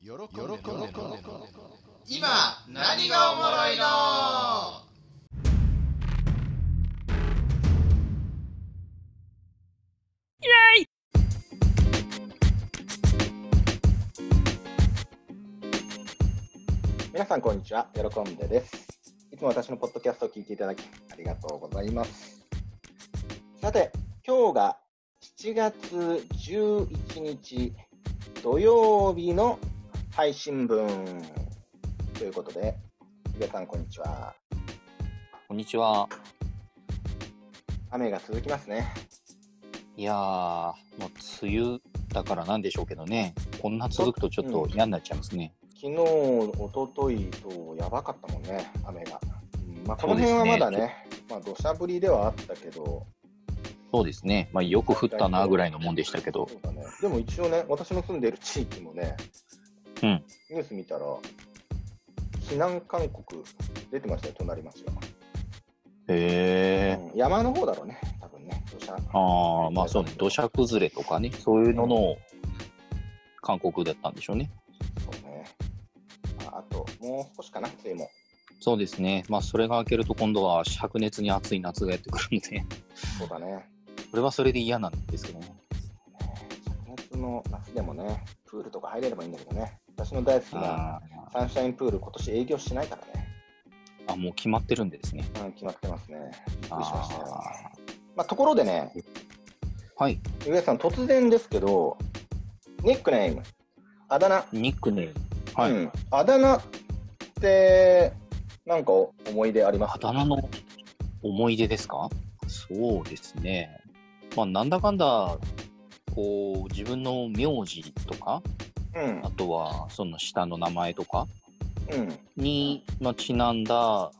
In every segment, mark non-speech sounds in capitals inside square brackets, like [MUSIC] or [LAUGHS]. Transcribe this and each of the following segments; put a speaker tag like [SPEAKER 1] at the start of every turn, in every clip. [SPEAKER 1] 喜んで喜んで
[SPEAKER 2] 今何がおもろいの
[SPEAKER 3] 皆さんこんにちは、喜んでです。いつも私のポッドキャストを聞いていただきありがとうございます。さて、今日が7月11日土曜日の配信分ということで、皆さんこんにちは。
[SPEAKER 4] こんにちは。
[SPEAKER 3] 雨が続きますね。
[SPEAKER 4] いやー、もう梅雨だからなんでしょうけどね、こんな続くとちょっと嫌になっちゃいますね。
[SPEAKER 3] 昨日、一昨日とやばかったもんね、雨が。うんまあ、この辺はまだね、まあ土砂降りではあったけど、
[SPEAKER 4] そうですね、まあ、よく降ったなぐらいのもんでしたけど
[SPEAKER 3] そ、うだね、でも一応ね、私の住んでいる地域もね、
[SPEAKER 4] うん
[SPEAKER 3] ニュース見たら、避難勧告出てましたよ、隣町は。
[SPEAKER 4] へえ。
[SPEAKER 3] うん山の方だろうね、多分ね、土砂。
[SPEAKER 4] ああ、まあそうね、土砂崩れとかね、そういうのの韓国だったんでしょうね。
[SPEAKER 3] そうね。ああと、もう少しかな、梅雨も。
[SPEAKER 4] そうですね、まあそれが明けると今度は灼熱に暑い夏がやってくるんで、 [LAUGHS]
[SPEAKER 3] そうだね。
[SPEAKER 4] それはそれで嫌なんですけどね。
[SPEAKER 3] 灼熱の夏でもね、プールとか入れればいいんだけどね、私の大好きな
[SPEAKER 4] あ
[SPEAKER 3] サンシャインプール、今年営業しないからね、
[SPEAKER 4] ーあ、もう決まってるんですね。
[SPEAKER 3] うん、決まってますね。びっくりしましたよ。
[SPEAKER 4] あ
[SPEAKER 3] まあ、ところでね、
[SPEAKER 4] ーはい、
[SPEAKER 3] 上田さん、突然ですけど、ニックネーム、あだ名、
[SPEAKER 4] ニックネーム。はい。
[SPEAKER 3] うん、あだ名って、なんか思い出あります
[SPEAKER 4] あだ名の思い出ですかそうですね。まあ、なんだかんだ、こう、自分の名字とか、
[SPEAKER 3] うん
[SPEAKER 4] あ、とは、その下の名前とか
[SPEAKER 3] うん、
[SPEAKER 4] に、まあ、ちなんだ、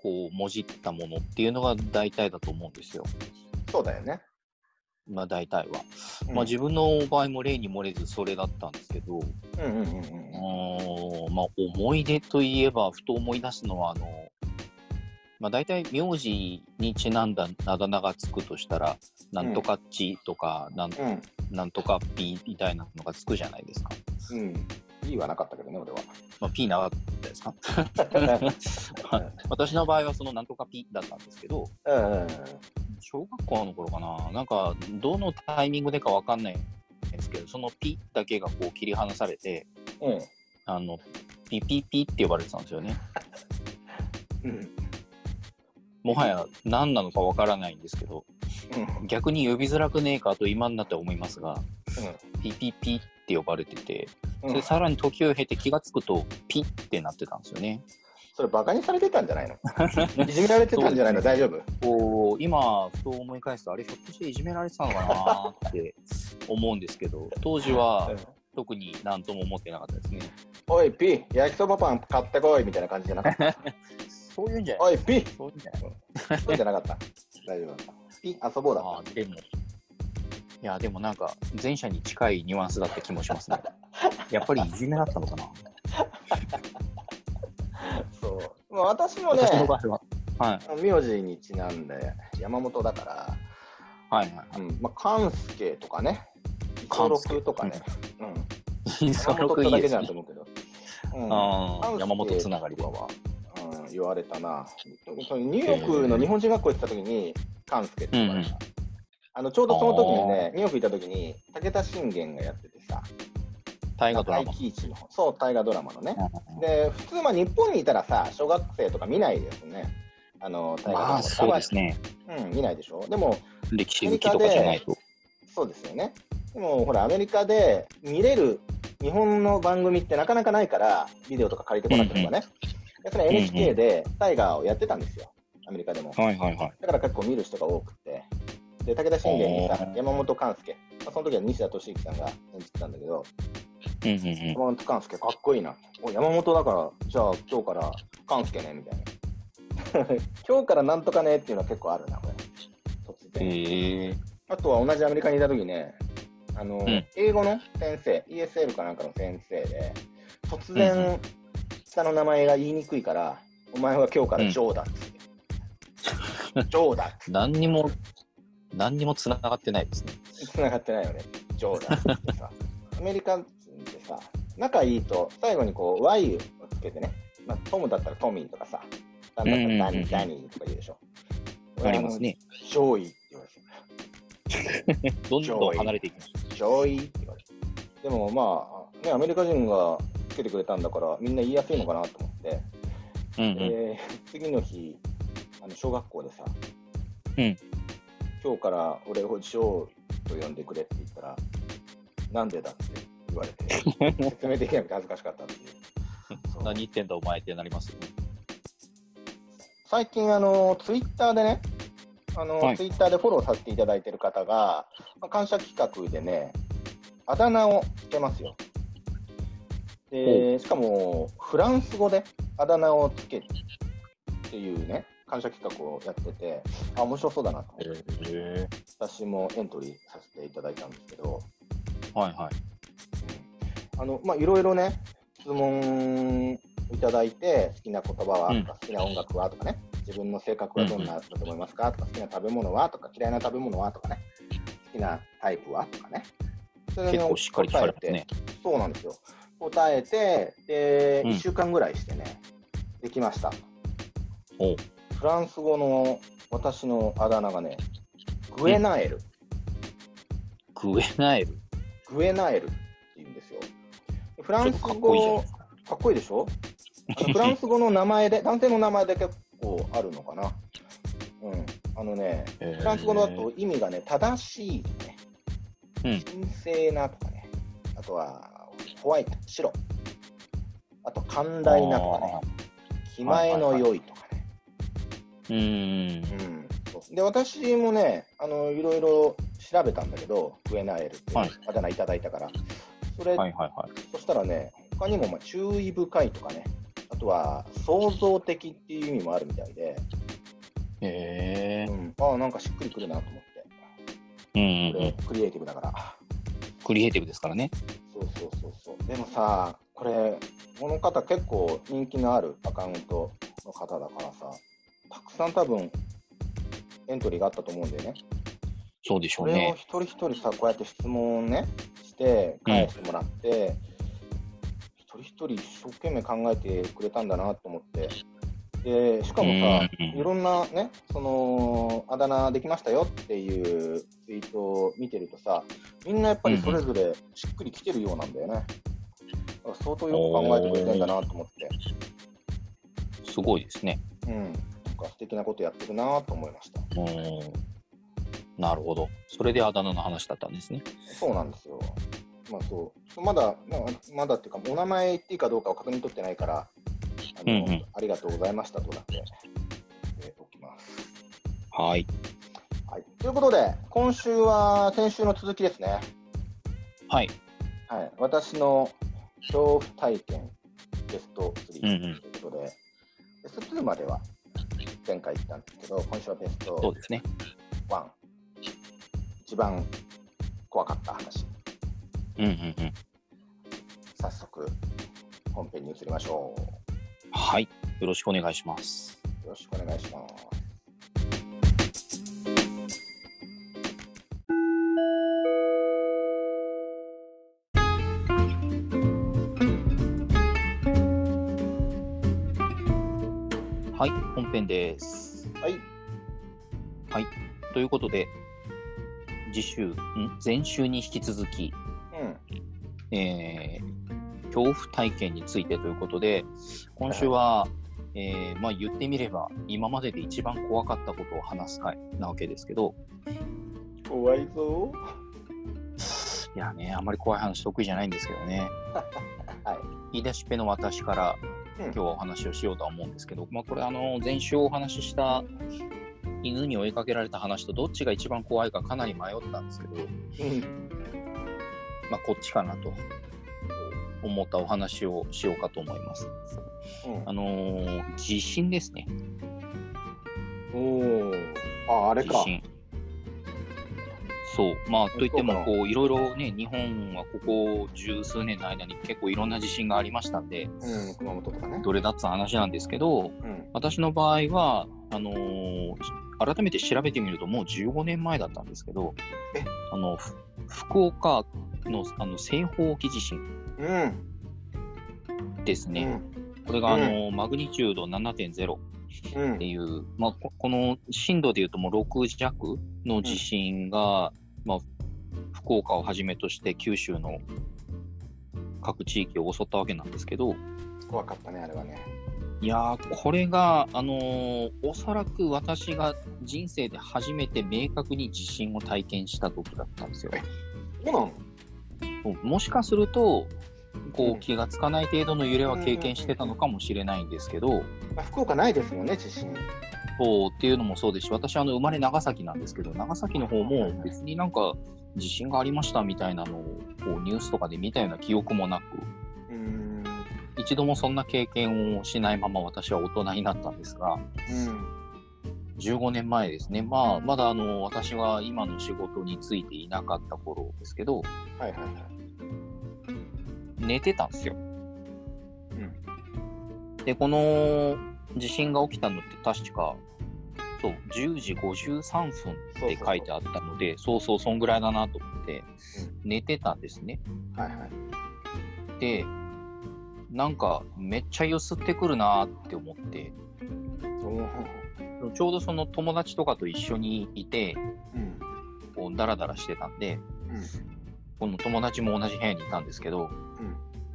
[SPEAKER 4] こう、もじったものっていうのが大体だと思うんですよ。
[SPEAKER 3] そうだよね。
[SPEAKER 4] まあ、大体は。
[SPEAKER 3] うん
[SPEAKER 4] まあ、自分の場合も例に漏れずそれだったんですけど、
[SPEAKER 3] うんうんう
[SPEAKER 4] う
[SPEAKER 3] ん
[SPEAKER 4] ーんまあ、思い出といえば、ふと思い出すのは、あの、まあ、大体名字にちなんだあだ名がつくとしたら、なんとかっちとか、なん
[SPEAKER 3] うん。うん
[SPEAKER 4] なんとかピーみたいなのがつくじゃないですか。
[SPEAKER 3] うん。いいはなかったけどね、俺は。
[SPEAKER 4] まあ、ピーなかったですか
[SPEAKER 3] [LAUGHS] うん
[SPEAKER 4] 私の [LAUGHS] 場合はそのなんとかピーだったんですけど、
[SPEAKER 3] うんうん
[SPEAKER 4] 小学校の頃かな、なんか、どのタイミングでかわかんないんですけど、そのピーだけがこう切り離されて、
[SPEAKER 3] うん。
[SPEAKER 4] あの、ピピピって呼ばれてたんですよね。
[SPEAKER 3] うん。うん。
[SPEAKER 4] もはや何なのかわからないんですけど、逆に呼びづらくねえかと今になって思いますが、ピピピって呼ばれてて、
[SPEAKER 3] うん
[SPEAKER 4] でさらに時を経て気がつくと、ピってなってたんですよね。
[SPEAKER 3] それ、バカにされてたんじゃないのいじめられてたんじゃないの大丈夫
[SPEAKER 4] こう今、ふと思い返すと、あれ、ひょっとしていじめられてたのかなって思うんですけど、当時は
[SPEAKER 3] うん
[SPEAKER 4] 特になんとも思ってなかったですね。
[SPEAKER 3] おい、ピー、焼きそばパン買ってこいみたいな感じじゃなかった。
[SPEAKER 4] そういうんじゃない
[SPEAKER 3] おい、ピー、
[SPEAKER 4] そういうんじゃない
[SPEAKER 3] そうじゃなかった。大丈夫だった。ピー、遊ぼうだ
[SPEAKER 4] あーでも、いや、でもなんか、前者に近いニュアンスだった気もしますね。やっぱりいじめだったのかな。
[SPEAKER 3] った。そう。まあ、私もね、
[SPEAKER 4] 私の場合は。はい。
[SPEAKER 3] 名字にちなんで山本だか
[SPEAKER 4] はいはい。
[SPEAKER 3] ら、うんまあ、勘助とかね
[SPEAKER 4] 勘
[SPEAKER 3] 五
[SPEAKER 4] 助
[SPEAKER 3] 六とかね、うん、
[SPEAKER 4] インス
[SPEAKER 3] 山
[SPEAKER 4] トロ
[SPEAKER 3] 本
[SPEAKER 4] ク
[SPEAKER 3] って
[SPEAKER 4] い
[SPEAKER 3] だ
[SPEAKER 4] いで
[SPEAKER 3] けじ
[SPEAKER 4] す
[SPEAKER 3] ゃん
[SPEAKER 4] ね
[SPEAKER 3] と。思うけど、うん
[SPEAKER 4] あ
[SPEAKER 3] 勘
[SPEAKER 4] ー
[SPEAKER 3] 助
[SPEAKER 4] 山本つながりで
[SPEAKER 3] とかは、うん、言われたなそのニューヨークの日本人学校行ってた時に勘助って言われた、
[SPEAKER 4] うんう
[SPEAKER 3] あのちょうどその時にねニューヨーク行った時に武田信玄がやっててさ
[SPEAKER 4] 大河ドラ
[SPEAKER 3] 大
[SPEAKER 4] マ。
[SPEAKER 3] 喜一の方そう大河ドラマのね
[SPEAKER 4] うん
[SPEAKER 3] で普通まあ日本にいたらさ小学生とか見ないですよねあの大河ドラ
[SPEAKER 4] ま
[SPEAKER 3] マ
[SPEAKER 4] あ、
[SPEAKER 3] と
[SPEAKER 4] そ
[SPEAKER 3] か
[SPEAKER 4] う
[SPEAKER 3] は
[SPEAKER 4] ですね。
[SPEAKER 3] うん、見ないでしょでも
[SPEAKER 4] 歴史好きとかじゃないと。
[SPEAKER 3] そうですよね。でも、ほら、アメリカで見れる日本の番組ってなかなかないから、ビデオとか借りてこなければね。でそれは NHK でタイガーをやってたんですよ、アメリカでも。
[SPEAKER 4] はいはいはい。
[SPEAKER 3] だから結構見る人が多くて。で、武田信玄にさ、山本勘介、まあ、その時は西田敏行さんが演じてたんだけど、
[SPEAKER 4] うんうんうん。
[SPEAKER 3] 山本勘介かっこいいな。お山本だから、じゃあ今日から勘介ね、みたいな。 [LAUGHS] 今日からなんとかねっていうのは結構あるな、これ。突然。
[SPEAKER 4] えー、
[SPEAKER 3] あとは同じアメリカにいた時ね、あの、
[SPEAKER 4] ん
[SPEAKER 3] 英語の先生、ESL かなんかの先生で、突然、
[SPEAKER 4] うん
[SPEAKER 3] 下の名前が言いにくいから、お前は今日からジョーだっつって。ジョーだっ
[SPEAKER 4] 何にも、何にもつながってないですね。
[SPEAKER 3] つ繋がってないよね。ジョーだっつってさ。アメリカ人ってさ、仲いいと最後にこう Y をつけてね、まあ、トムだったらトミーとかさ、ダンだったらダ
[SPEAKER 4] うんうんう
[SPEAKER 3] ニ
[SPEAKER 4] ん
[SPEAKER 3] ダニーとか言うでしょ。
[SPEAKER 4] ありますね。
[SPEAKER 3] 俺はもう。ジョイって言われて
[SPEAKER 4] どんどん離れていきます。
[SPEAKER 3] るジョイって言われてるでもまあ、ね、アメリカ人がつけてくれたんだから、みんな言いやすいのかなと思って、
[SPEAKER 4] うんうん。
[SPEAKER 3] で [LAUGHS] 次の日、あの小学校でさ、
[SPEAKER 4] うん
[SPEAKER 3] 今日から俺をジョーと呼んでくれって言ったら、なんでだって言わ
[SPEAKER 4] [LAUGHS]
[SPEAKER 3] れて、説明できなくて恥ずかしかったっていう。そう
[SPEAKER 4] 何言ってんだお前ってなりますよね。
[SPEAKER 3] 最近、あのツイッターでね、あの
[SPEAKER 4] はい
[SPEAKER 3] ツイッターでフォローさせていただいてる方が、まあ、感謝企画でね、あだ名をつけますよ。でしかも、フランス語であだ名をつけるっていうね、感謝企画をやってて、あ面白そうだなと思って、
[SPEAKER 4] へ
[SPEAKER 3] 私もエントリーさせていただいたんですけど、
[SPEAKER 4] ーはいはい。
[SPEAKER 3] うんあのまあいろいろね質問いただいて好きな言葉は
[SPEAKER 4] うん
[SPEAKER 3] とか好きな音楽はとかね自分の性格はどんなだと思いますかとか好きな食べ物はとか嫌いな食べ物はとかね好きなタイプはとかねそれに
[SPEAKER 4] 結構しっかり聞かれます
[SPEAKER 3] 答え
[SPEAKER 4] ね
[SPEAKER 3] て。そうなんですよ答えてで、
[SPEAKER 4] うん
[SPEAKER 3] 1週間ぐらいしてねできました
[SPEAKER 4] おう
[SPEAKER 3] フランス語の私のあだ名がねグエナエル、
[SPEAKER 4] グエナエル。ち
[SPEAKER 3] グエナエルって言うんですよフラ
[SPEAKER 4] ょ
[SPEAKER 3] ン
[SPEAKER 4] っ
[SPEAKER 3] ス
[SPEAKER 4] と
[SPEAKER 3] 語
[SPEAKER 4] かっこいいじゃないですか。
[SPEAKER 3] かっこいいで
[SPEAKER 4] [LAUGHS]
[SPEAKER 3] しょあのフランス語の名前で、男性の名前で結構あるのかな。うん。あのね、フランス語だと意味がね、正しいとかね、
[SPEAKER 4] うん
[SPEAKER 3] 神聖なとかね、あとは、ホワイト、白、あと、寛大なとかね、気前の良いとかね。
[SPEAKER 4] あー。うーん。
[SPEAKER 3] うんそうで私もねあのいろいろ調べたんだけどグエナエルって
[SPEAKER 4] はい
[SPEAKER 3] あだ名いただいたから、それ、
[SPEAKER 4] はいはいはい。
[SPEAKER 3] そしたらね他にもまあ注意深いとかねあとは創造的っていう意味もあるみたいで、
[SPEAKER 4] へ
[SPEAKER 3] うん、ああなんかしっくりくるなと思って
[SPEAKER 4] え。うん
[SPEAKER 3] こ
[SPEAKER 4] うんう
[SPEAKER 3] れ
[SPEAKER 4] ん。
[SPEAKER 3] クリエイティブだから
[SPEAKER 4] クリエイティブですからね。
[SPEAKER 3] そうそうそうそうでもさこれこの方結構人気のあるアカウントの方だからさたくさん多分エントリーがあったと思うんだよね
[SPEAKER 4] そうでしょ
[SPEAKER 3] こ
[SPEAKER 4] う
[SPEAKER 3] れを
[SPEAKER 4] ね。
[SPEAKER 3] 一人一人さこうやって質問をねして返してもらって、一人一人一生懸命考えてくれたんだなと思ってでしかもさ、
[SPEAKER 4] うん
[SPEAKER 3] いろんなねそのあだ名できましたよっていうツイートを見てるとさみんなやっぱりそれぞれしっくりきてるようなんだよね、だから相当よく考えてくれてんだなと思って、
[SPEAKER 4] すごいですね。
[SPEAKER 3] うん、なんか素敵なことやってるなと思いました
[SPEAKER 4] うーん。なるほど。それであだ名の話だったんですね。
[SPEAKER 3] そうなんですよ。まあそう。まだ、まあ、まだっていうか、お名前言っていいかどうかを確認取ってないから、あの、
[SPEAKER 4] うんうん
[SPEAKER 3] ありがとうございましたとだけ、えー、おきます。
[SPEAKER 4] はい。
[SPEAKER 3] はい。ということで、今週は先週の続きですね。
[SPEAKER 4] はい。
[SPEAKER 3] はい。私の恐怖体験ベスト3と
[SPEAKER 4] うんう
[SPEAKER 3] い
[SPEAKER 4] ん
[SPEAKER 3] うことで、ベスト2までは前回言ったんですけど、今週はベス
[SPEAKER 4] そう
[SPEAKER 3] ト
[SPEAKER 4] ですね。
[SPEAKER 3] 1。一番怖かった話。
[SPEAKER 4] うんうんうん。
[SPEAKER 3] 早速、本編に移りましょう。
[SPEAKER 4] はい。よろしくお願いします。
[SPEAKER 3] よろしくお願いします。
[SPEAKER 4] はい。本編です。
[SPEAKER 3] はい。
[SPEAKER 4] ということで、次週、ん前週に引き続き、
[SPEAKER 3] うん。
[SPEAKER 4] えー恐怖体験についてということで、今週は、えーまあ、言ってみれば、今までで一番怖かったことを話す回なわけですけど、
[SPEAKER 3] 怖いぞ。
[SPEAKER 4] いやね、あんまり怖い話得意じゃないんですけど
[SPEAKER 3] [LAUGHS]
[SPEAKER 4] ね。
[SPEAKER 3] はい。
[SPEAKER 4] 言い出しっぺの私から
[SPEAKER 3] うん
[SPEAKER 4] 今日はお話をしようとは思うんですけど、まあ、これあの前週お話しした犬に追いかけられた話とどっちが一番怖いかかなり迷ったんですけど、
[SPEAKER 3] うん。
[SPEAKER 4] まあ、こっちかなと思ったお話をしようかと思います。あのー地震ですね。
[SPEAKER 3] おお。あ、あれ
[SPEAKER 4] 地
[SPEAKER 3] か。
[SPEAKER 4] 震。そう。まあ、といって
[SPEAKER 3] そ
[SPEAKER 4] も、
[SPEAKER 3] うか
[SPEAKER 4] こう、いろいろね、日本はここ十数年の間に結構いろんな地震がありましたんで、
[SPEAKER 3] うん、熊本とかね。
[SPEAKER 4] どれだって話なんですけど、
[SPEAKER 3] うん。
[SPEAKER 4] 私の場合は、あのー改めて調べてみると、もう15年前だったんですけど
[SPEAKER 3] え、
[SPEAKER 4] あの、ふ福岡のあの西方沖地震
[SPEAKER 3] うん。
[SPEAKER 4] です
[SPEAKER 3] う
[SPEAKER 4] ね。
[SPEAKER 3] ん
[SPEAKER 4] これがあの、マグニチュード7.0っ
[SPEAKER 3] うん
[SPEAKER 4] ていう、まあ、ここの震度でいうともう6弱の地震が、まあ、福岡をはじめとして九州の各地域を襲ったわけなんですけど、
[SPEAKER 3] 怖かったね、あれはね。
[SPEAKER 4] いやーこれが、あのーおそらく私が人生で初めて明確に地震を体験した時だったんですよ。
[SPEAKER 3] そうなの
[SPEAKER 4] もしかするとこ
[SPEAKER 3] うん
[SPEAKER 4] う気がつかない程度の揺れは経験してたのかもしれないんですけど、
[SPEAKER 3] まあ福岡ないですもんね、地震。
[SPEAKER 4] そうっていうのもそうですし私あの生まれ長崎なんですけど長崎の方も別になんか地震がありましたみたいなのをこうニュースとかで見たような記憶もなく
[SPEAKER 3] うーん。
[SPEAKER 4] 一度もそんな経験をしないまま私は大人になったんですが
[SPEAKER 3] うん。
[SPEAKER 4] 15年前ですね、まあ、まだあの私は今の仕事についていなかった頃ですけど
[SPEAKER 3] はいはいはい。
[SPEAKER 4] 寝てたんですよ。
[SPEAKER 3] うん。
[SPEAKER 4] で、この地震が起きたのって確か、そう、10時53分
[SPEAKER 3] そう
[SPEAKER 4] って書いてあったので、そうそう、そんぐらいだなと思って、寝てたんですね。
[SPEAKER 3] そうはいはい。
[SPEAKER 4] で、なんか、めっちゃ揺すってくるなーって思って、
[SPEAKER 3] おー
[SPEAKER 4] ちょうどその友達とかと一緒にいて、
[SPEAKER 3] うん。
[SPEAKER 4] こう、ダラダラしてたんで、
[SPEAKER 3] うん
[SPEAKER 4] この友達も同じ部屋にいたんですけど、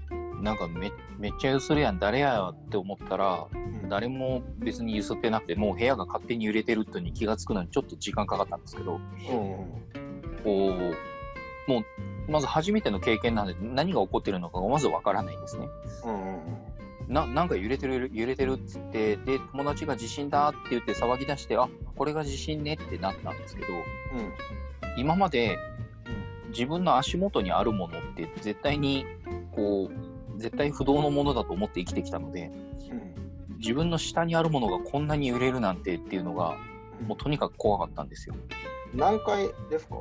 [SPEAKER 3] うん。
[SPEAKER 4] なんかめめっちゃ揺するやん、誰やよって思ったら、
[SPEAKER 3] うん
[SPEAKER 4] 誰も別に揺すってなくてもう部屋が勝手に揺れてるっていうのに気がつくのにちょっと時間かかったんですけど
[SPEAKER 3] うんうん
[SPEAKER 4] こうもうまず初めての経験なんで何が起こってるのかがまずわからないんですね
[SPEAKER 3] うんうん
[SPEAKER 4] ななんか揺れてる揺れてるっつってで友達が地震だって言って騒ぎ出してあこれが地震ねってなったんですけど
[SPEAKER 3] うん
[SPEAKER 4] 今まで自分の足元にあるものって絶対にこう絶対不動のものだと思って生きてきたので
[SPEAKER 3] うん
[SPEAKER 4] 自分の下にあるものがこんなに揺れるなんてっていうのがもうとにかく怖かったんですよ。
[SPEAKER 3] 何階ですか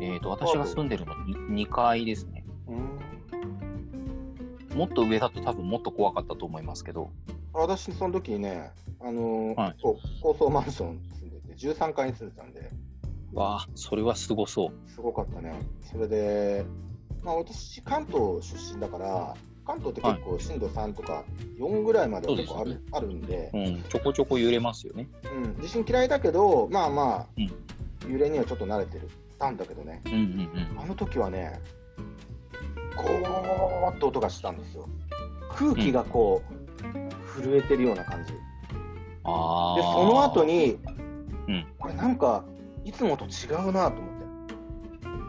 [SPEAKER 4] えっ、と、私が住んでるの 2, 階ですね。
[SPEAKER 3] うん
[SPEAKER 4] もっと上だと多分もっと怖かったと思いますけど、
[SPEAKER 3] 私その時にねあのー
[SPEAKER 4] はい
[SPEAKER 3] そう高層マンション住んでて13階に住んでたんで
[SPEAKER 4] わあ、それはすごそう。
[SPEAKER 3] すごかったねそれでまあ私関東出身だから関東って結構震度3とか4ぐらいまでは結構ある,、
[SPEAKER 4] そうで
[SPEAKER 3] あるんで
[SPEAKER 4] う、ん、ちょこちょこ揺れますよね。
[SPEAKER 3] うん、地震嫌いだけどまあまあ、
[SPEAKER 4] うん
[SPEAKER 3] 揺れにはちょっと慣れてるたんだけどね
[SPEAKER 4] うんうん
[SPEAKER 3] あの時はね、ゴーっと音がしたんですよ。空気がこう、震えてるような感じ。で、
[SPEAKER 4] うん。ああ。
[SPEAKER 3] その後、に、
[SPEAKER 4] うん
[SPEAKER 3] これなんか、いつもと違うなと思って。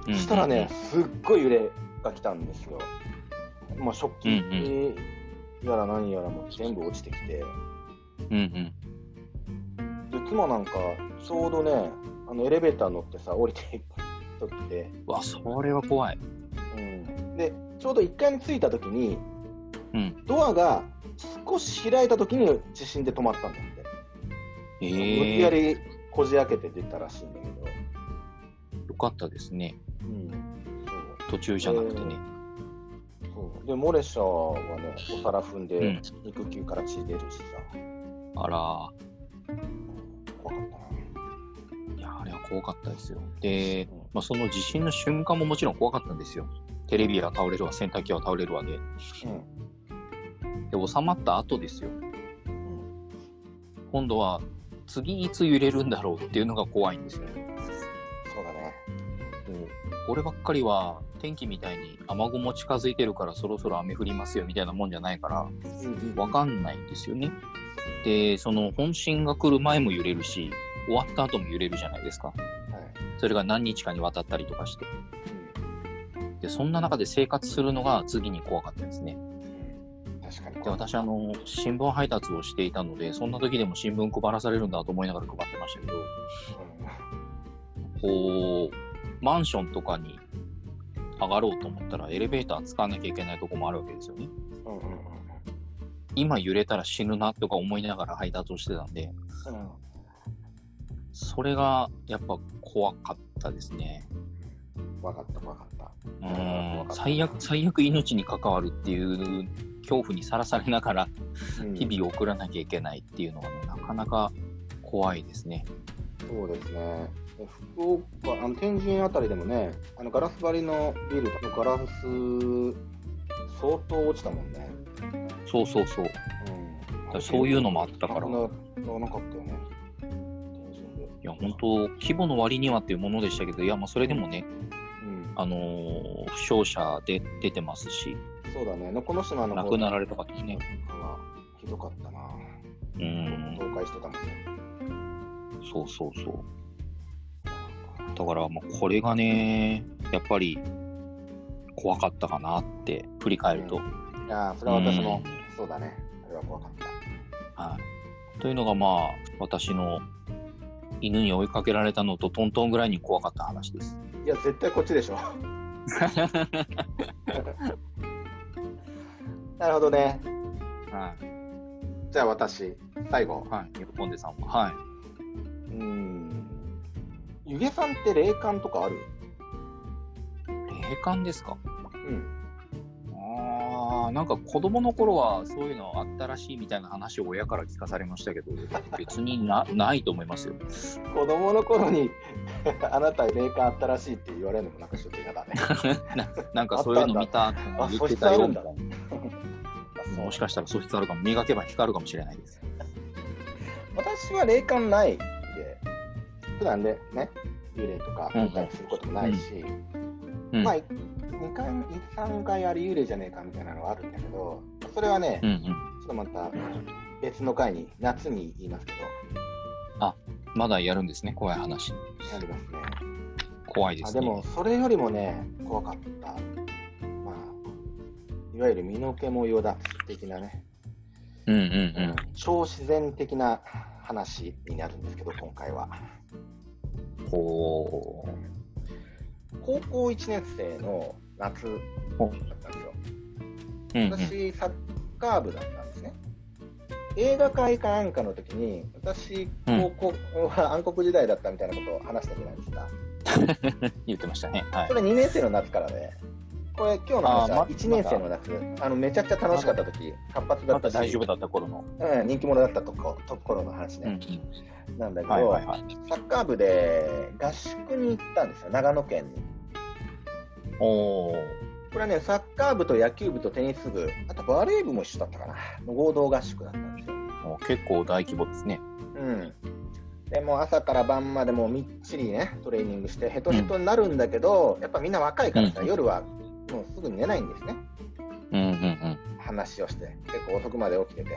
[SPEAKER 4] う
[SPEAKER 3] そ
[SPEAKER 4] ん
[SPEAKER 3] したらね、、すっごい揺れが来たんですよ。まあ、食器
[SPEAKER 4] うん
[SPEAKER 3] やら何やらも全部落ちてきて。で、
[SPEAKER 4] うんうん。
[SPEAKER 3] 妻なんか、ちょうどね、あのエレベーター乗ってさ、降りていく時で、
[SPEAKER 4] わ、それは怖い。
[SPEAKER 3] うん、でちょうど1階に着いた時に、
[SPEAKER 4] うん
[SPEAKER 3] ドアが少し開いた時に地震で止まったんだって、
[SPEAKER 4] え
[SPEAKER 3] 無理や
[SPEAKER 4] え
[SPEAKER 3] りこじ開けて出たらしいんだけど、
[SPEAKER 4] よかったですね。
[SPEAKER 3] うん、そ
[SPEAKER 4] 途中じゃなくてね。
[SPEAKER 3] うそうでモレシャはねお皿踏ん
[SPEAKER 4] う
[SPEAKER 3] で
[SPEAKER 4] ん
[SPEAKER 3] 肉球から血出るしさ、
[SPEAKER 4] あら
[SPEAKER 3] 怖かったな、
[SPEAKER 4] ー、いや、あれは怖かったですよ。で、まあ、その地震の瞬間ももちろん怖かったんですよ。テレビは倒れるわ、洗濯機は倒れるわで。
[SPEAKER 3] うん
[SPEAKER 4] で、収まった後ですよ。
[SPEAKER 3] うん
[SPEAKER 4] 今度は次いつ揺れるんだろうっていうのが怖いんですよね。
[SPEAKER 3] そうだね
[SPEAKER 4] もうこればっかりは天気みたいに雨雲近づいてるからそろそろ雨降りますよみたいなもんじゃないからわかんないんですよね。でその本震が来る前も揺れるし終わった後も揺れるじゃないですか。
[SPEAKER 3] はい
[SPEAKER 4] それが何日かにわたったりとかして。
[SPEAKER 3] う
[SPEAKER 4] でそんな中で生活するのが次に怖かったですね。
[SPEAKER 3] ん確かに
[SPEAKER 4] で私あの新聞配達をしていたのでそんな時でも新聞配らされるんだと思いながら配ってましたけど。こう、マンションとかに上がろうと思ったら、エレベーター使わなきゃいけないとこもあるわけですよね。
[SPEAKER 3] うんうんうんうん
[SPEAKER 4] 今揺れたら死ぬなとか思いながら配達をしてたんで、
[SPEAKER 3] うん
[SPEAKER 4] それがやっぱ怖かったですね。
[SPEAKER 3] 怖かった怖かった
[SPEAKER 4] うーん、最悪、最悪命に関わるっていう恐怖にさらされながら
[SPEAKER 3] うん
[SPEAKER 4] 日々を送らなきゃいけないっていうのはね、なかなか怖いですね。
[SPEAKER 3] そうですね。福岡、あの天神あたりでもね、あのガラス張りのビルのガラス相当落ちたもんね。
[SPEAKER 4] そうそうそう。
[SPEAKER 3] う
[SPEAKER 4] らそういうのもあったから
[SPEAKER 3] なくならなかったよね。天井で
[SPEAKER 4] いや、本当規模の割にはっていうものでしたけど、いや、まあ、それでもね、
[SPEAKER 3] うん、
[SPEAKER 4] あのー負傷者で出てますし、
[SPEAKER 3] そうだね、のこの島の
[SPEAKER 4] 亡
[SPEAKER 3] 方
[SPEAKER 4] くなられた方もね。
[SPEAKER 3] はひどかったな。
[SPEAKER 4] うん、
[SPEAKER 3] 倒壊してたもんね。
[SPEAKER 4] そうそうそう。だから、まあ、これがね、やっぱり怖かったかなって、振り返ると。
[SPEAKER 3] いやーそれは私も
[SPEAKER 4] う、
[SPEAKER 3] そうだね。あれは怖かった。
[SPEAKER 4] はい。というのが、まあ、私の犬に追いかけられたのとトントンぐらいに怖かった話です。
[SPEAKER 3] いや、絶対こっちで
[SPEAKER 4] [LAUGHS]
[SPEAKER 3] しょ。なるほどね。
[SPEAKER 4] は
[SPEAKER 3] じゃあ私、最後
[SPEAKER 4] い。。はい。日本でさんは。はい。
[SPEAKER 3] うん。ゆげさんって霊感とかある
[SPEAKER 4] 霊感ですか
[SPEAKER 3] うん。
[SPEAKER 4] あーなんか子供の頃はそういうのあったらしいみたいな話を親から聞かされましたけ [LAUGHS] ど別になないと思いますよ [LAUGHS]
[SPEAKER 3] 子供の頃に [LAUGHS] あなた霊感あったらしいって言われるのもなんかちょっと
[SPEAKER 4] [LAUGHS]
[SPEAKER 3] 嫌だね。
[SPEAKER 4] ななんかそういうの見たって
[SPEAKER 3] あ
[SPEAKER 4] 言ってたよみたい
[SPEAKER 3] 素質ある
[SPEAKER 4] なもしかしたら素質あるかも磨けば光るかもしれないです
[SPEAKER 3] 私は霊感ないんで、普段でね、幽霊とか見たりすることもないし、
[SPEAKER 4] うん、
[SPEAKER 3] まあ、2回、2、3回あれ幽霊じゃねえかみたいなのはあるんだけど、それはね、
[SPEAKER 4] うんう
[SPEAKER 3] ち
[SPEAKER 4] ん、
[SPEAKER 3] ょっとまた別の回に、夏に言いますけど、
[SPEAKER 4] まだやるんですね怖い話
[SPEAKER 3] やりますね。
[SPEAKER 4] 怖いで
[SPEAKER 3] あ
[SPEAKER 4] す
[SPEAKER 3] で
[SPEAKER 4] ね
[SPEAKER 3] も、それよりもね、怖かった。まあ、いわゆる身の毛もよだつ的なね、
[SPEAKER 4] うんうん
[SPEAKER 3] 超自然的な話になるんですけど、今回は。
[SPEAKER 4] うんほう
[SPEAKER 3] 高校1年生の夏だったんですよ。
[SPEAKER 4] うんうん
[SPEAKER 3] 私、サッカー部だったんですね。映画会かなんかの時に、私、
[SPEAKER 4] うん
[SPEAKER 3] 高校は暗黒時代だったみたいなことを話したじゃないですか。
[SPEAKER 4] 言ってましたねはい
[SPEAKER 3] それ2年生の夏からね、これ、今日の
[SPEAKER 4] あ
[SPEAKER 3] 話
[SPEAKER 4] ーま
[SPEAKER 3] は1年生の夏、あのめちゃくちゃ楽しかった時活発だ
[SPEAKER 4] ま
[SPEAKER 3] っ
[SPEAKER 4] た
[SPEAKER 3] たし、
[SPEAKER 4] 大丈夫だった頃の、
[SPEAKER 3] うん、人気者だったとこ、ところの話
[SPEAKER 4] うんう
[SPEAKER 3] ね、
[SPEAKER 4] ん、
[SPEAKER 3] なんだけど、
[SPEAKER 4] はいはいはい
[SPEAKER 3] サッカー部で合宿に行ったんですよ、長野県に。
[SPEAKER 4] おお
[SPEAKER 3] これはね、サッカー部と野球部とテニス部、あとバレー部も一緒だったかな、の合同合宿だったんですよ。
[SPEAKER 4] 結構大規模ですね
[SPEAKER 3] うん。でもう朝から晩までもうみっちりね、トレーニングして、ヘトヘトになるんだけど、やっぱみんな若いからさ、
[SPEAKER 4] うん
[SPEAKER 3] 夜はもうすぐに寝ないんですね、
[SPEAKER 4] うんうんうん
[SPEAKER 3] 話をして、結構遅くまで起きてて、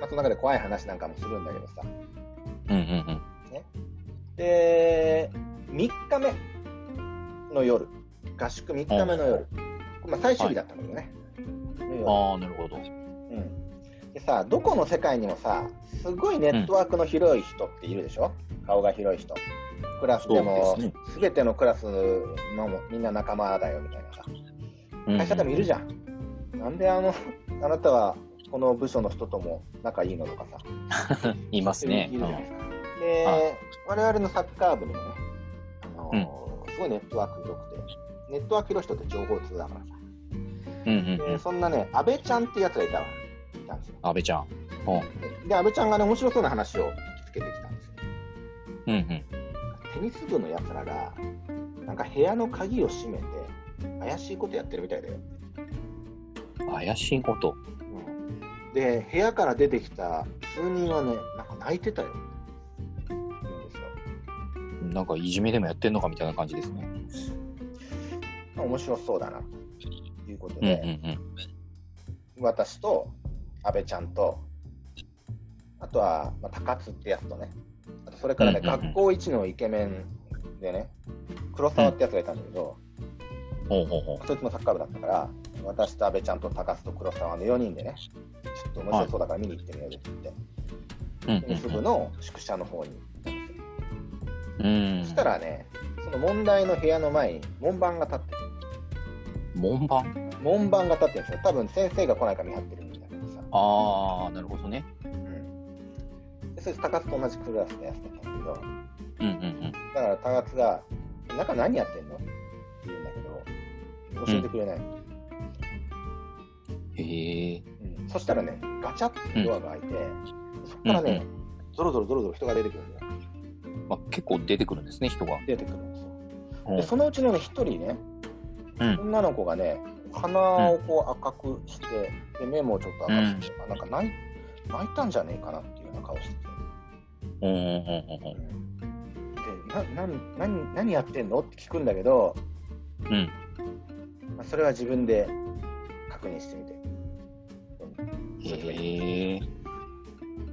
[SPEAKER 3] まあ、その中で怖い話なんかもするんだけどさ。
[SPEAKER 4] うんうんうん
[SPEAKER 3] で、3日目の夜、合宿3日目の夜、まあ、最終日だったんだけどね、の夜
[SPEAKER 4] ああなるほど
[SPEAKER 3] うん、でさどこの世界にもさすごいネットワークの広い人っているでしょ、顔が広い人クラスで
[SPEAKER 4] そ
[SPEAKER 3] も
[SPEAKER 4] うですね
[SPEAKER 3] すべ、てのクラスのもみんな仲間だよみたいなさ会社でもいるじゃん、なんであのあなたはこの部署の人とも仲いいのとかさ
[SPEAKER 4] いますね。
[SPEAKER 3] いるじゃないですか、
[SPEAKER 4] は
[SPEAKER 3] で我々のサッカー部にもね、あのーすごいネットワーク広くてネットワーク広い人って情報通だからさ、
[SPEAKER 4] うんうんう
[SPEAKER 3] で
[SPEAKER 4] ん。
[SPEAKER 3] そんなね阿部ちゃんってやつがいたわいたんですよ
[SPEAKER 4] 安倍ちゃん。うん
[SPEAKER 3] で、安倍ちゃんがね、面白そうな話を聞きつけてきたんですよ。
[SPEAKER 4] うんうん。
[SPEAKER 3] テニス部のやつらが、なんか部屋の鍵を閉めて、怪しいことやってるみたいだよ。
[SPEAKER 4] 怪しいこと。
[SPEAKER 3] で、部屋から出てきた数人はね、なんか泣いてたよ。言うんですよ
[SPEAKER 4] なんかいじめでもやってんのかみたいな感じですね。
[SPEAKER 3] まあ面白そうだな、ということ
[SPEAKER 4] うんう
[SPEAKER 3] で、
[SPEAKER 4] んうん。
[SPEAKER 3] 私と安倍ちゃんと、あとは、まあ、高津ってやつとね、あとそれからね、
[SPEAKER 4] うんうんうん
[SPEAKER 3] 学校一のイケメンでね、黒沢ってやつがいたんだけど、
[SPEAKER 4] ほうほうほ
[SPEAKER 3] そいつもサッカー部だったから、私と阿部ちゃんと高須と黒沢の4人でね、ちょっと面白そうだから見に行ってみようよって言って、
[SPEAKER 4] う。うん
[SPEAKER 3] テ
[SPEAKER 4] う
[SPEAKER 3] ニス部
[SPEAKER 4] ん
[SPEAKER 3] の宿舎の方に行ったんですよ。
[SPEAKER 4] うん。うん
[SPEAKER 3] そしたらね、その問題の部屋の前に門番が立ってる。
[SPEAKER 4] 門番
[SPEAKER 3] 門番が立ってるんですよ。多分先生が来ないか見張ってるんだけどさ。
[SPEAKER 4] ああ、なるほどね。
[SPEAKER 3] うん。で、そいつ高須と同じクラスのやつだったんだけど、
[SPEAKER 4] うんうん
[SPEAKER 3] だから高津が、中何やってんのって言うんだけど、教えてくれない。
[SPEAKER 4] うん。へえ。
[SPEAKER 3] うんそしたらね、ガチャってドアが開いて、そこからね、ゾロゾロゾロゾロ人が出てくるんだよ。
[SPEAKER 4] まあ、結構出てくるんですね、人が。
[SPEAKER 3] 出てくるんですよ。
[SPEAKER 4] うん
[SPEAKER 3] でそのうちのね、一人ね、
[SPEAKER 4] うん
[SPEAKER 3] 女の子がね、鼻をこう赤くして、で目もちょっと赤くして、あなんか泣い泣いたんじゃねえかなっていうような顔してて、
[SPEAKER 4] うんうん
[SPEAKER 3] でななん何何やってんのって聞くんだけど、
[SPEAKER 4] うん
[SPEAKER 3] まあ、それは自分で確認してみて。
[SPEAKER 4] うん。へえ。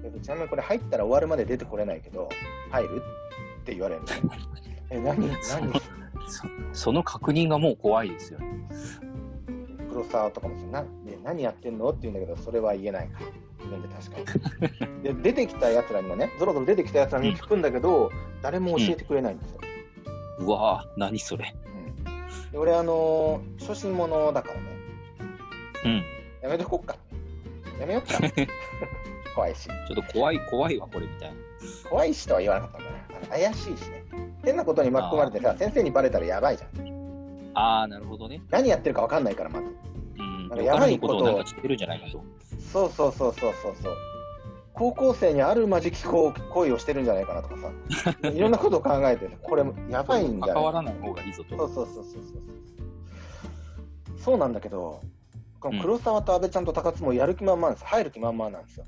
[SPEAKER 3] でちなみにこれ入ったら終わるまで出てこれないけど、入るって言わ
[SPEAKER 4] [LAUGHS]
[SPEAKER 3] れるの。え、何何
[SPEAKER 4] そその確認がもう怖いですよね。
[SPEAKER 3] 黒沢とかもさな、ね、何やってんのって言うんだけど、それは言えないから。自分で確かに。で、出てきたやつらにもね、ぞろぞろ出てきたやつらに聞くんだけど、誰も教えてくれないんですよ。
[SPEAKER 4] うわぁ、何それ。
[SPEAKER 3] うん、で俺、あのー初心者だからね、
[SPEAKER 4] うん。
[SPEAKER 3] やめとこっか。やめよっか。 [LAUGHS] 怖いし。
[SPEAKER 4] ちょっと怖い、怖いわ、これみたいな。
[SPEAKER 3] 怖いしとは言わなかったんだな。あの怪しいしね。変なことに巻き込まれてさ、先生にバレたらやばいじゃん。
[SPEAKER 4] ああ、なるほどね。
[SPEAKER 3] 何やってるか分かんないから、まず。
[SPEAKER 4] うん。
[SPEAKER 3] なんかやばい
[SPEAKER 4] お金の
[SPEAKER 3] こ
[SPEAKER 4] ことと
[SPEAKER 3] を
[SPEAKER 4] をなんか知ってるんじゃないかと。
[SPEAKER 3] そうそうそうそうそうそう。高校生にあるまじき行為をしてるんじゃないかなとかさ、いろんなことを考えて、これやばいんじゃ
[SPEAKER 4] 関わ
[SPEAKER 3] ない
[SPEAKER 4] らない方がいいぞと。
[SPEAKER 3] そうそうそうそうそう。そうなんだけど、この黒沢と阿部ちゃんと高津もやる気満々なんです、入る気満々なん [LAUGHS] ですよ。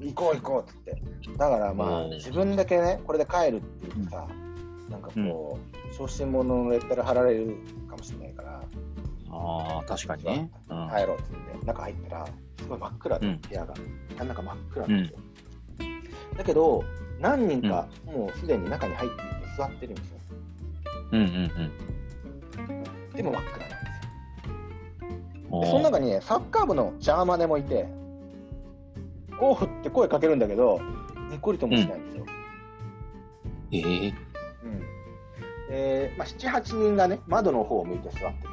[SPEAKER 3] 行こう行こうって言って。だからまあ、
[SPEAKER 4] うん
[SPEAKER 3] 自分だけね、これで帰るって言ってさ、なんかこう、小心者のレッテル貼られるかもしれないから、
[SPEAKER 4] ああ、確かにね。うん。
[SPEAKER 3] 入ろうって言って中入ったらすごい真っ暗で
[SPEAKER 4] うん
[SPEAKER 3] 部屋が、あなんか真っ暗なんですよ、だけど何人かもうすでに中に入っていて座ってるんですよ
[SPEAKER 4] うんうん
[SPEAKER 3] でも真っ暗なんです
[SPEAKER 4] うん。
[SPEAKER 3] よでその中にねサッカー部のジャーマネもいて「おう!」って声かけるんだけどにっこりともしないんですよ、
[SPEAKER 4] ええ
[SPEAKER 3] うんえまあ、78人がね窓の方を向いて座ってて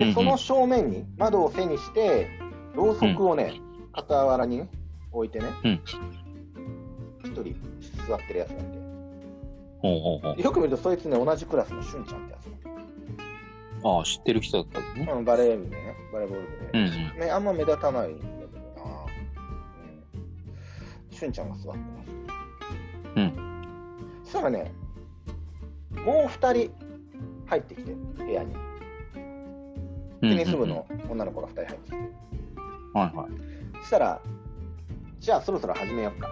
[SPEAKER 4] うんう
[SPEAKER 3] で
[SPEAKER 4] ん
[SPEAKER 3] その正面に窓を背にしてろうそくをね、傍らにね置いてね
[SPEAKER 4] うん
[SPEAKER 3] 一、人座ってるやつなん
[SPEAKER 4] ほうほうほう
[SPEAKER 3] でよく見るとそいつね同じクラスのしゅんちゃんってやつ、
[SPEAKER 4] ああ、知ってる人だったんですね。
[SPEAKER 3] うん、バレー部でねバレーボール部
[SPEAKER 4] う
[SPEAKER 3] で、
[SPEAKER 4] んうん。
[SPEAKER 3] ね、あんま目立たないんだけどな、うん、しゅんちゃんが座ってますうんそしたらねもう2人入ってきて部屋にテニス部の女の子が2人入ってきて、
[SPEAKER 4] うんうんうん。はいはい。
[SPEAKER 3] そしたら、じゃあそろそろ始めようか。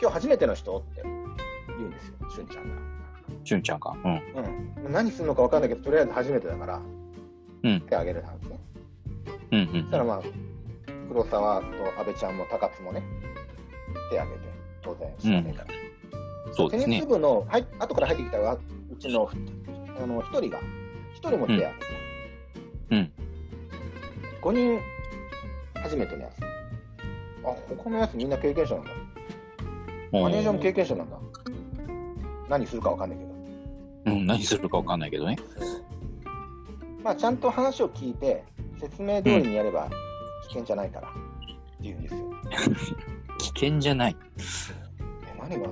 [SPEAKER 3] 今日初めての人って言うんですよ、しゅんちゃん
[SPEAKER 4] しゅんちゃんか。うん。
[SPEAKER 3] が。うん。何するのか分かんないけど、とりあえず初めてだから、
[SPEAKER 4] うん
[SPEAKER 3] 手あげるなんですね。
[SPEAKER 4] うんう
[SPEAKER 3] そ
[SPEAKER 4] ん
[SPEAKER 3] したらまあ、黒沢と阿部ちゃんも高津もね、手あげて、当然知らねえから。
[SPEAKER 4] うん。そうで
[SPEAKER 3] テ
[SPEAKER 4] す
[SPEAKER 3] ニス
[SPEAKER 4] ね。
[SPEAKER 3] 部の、はい、後から入ってきたうちのあの1人が、1人も手あげて、
[SPEAKER 4] うん
[SPEAKER 3] 5人初めてのやつ。あ、他のやつみんな経験者なんだ。マネージャーも経験者なんだ。何するかわかんないけど。
[SPEAKER 4] うん、何するかわかんないけどね。
[SPEAKER 3] まあ、ちゃんと話を聞いて、説明通りにやれば危険じゃないから、って言うんですよ。
[SPEAKER 4] 危険じゃない。
[SPEAKER 3] え、何が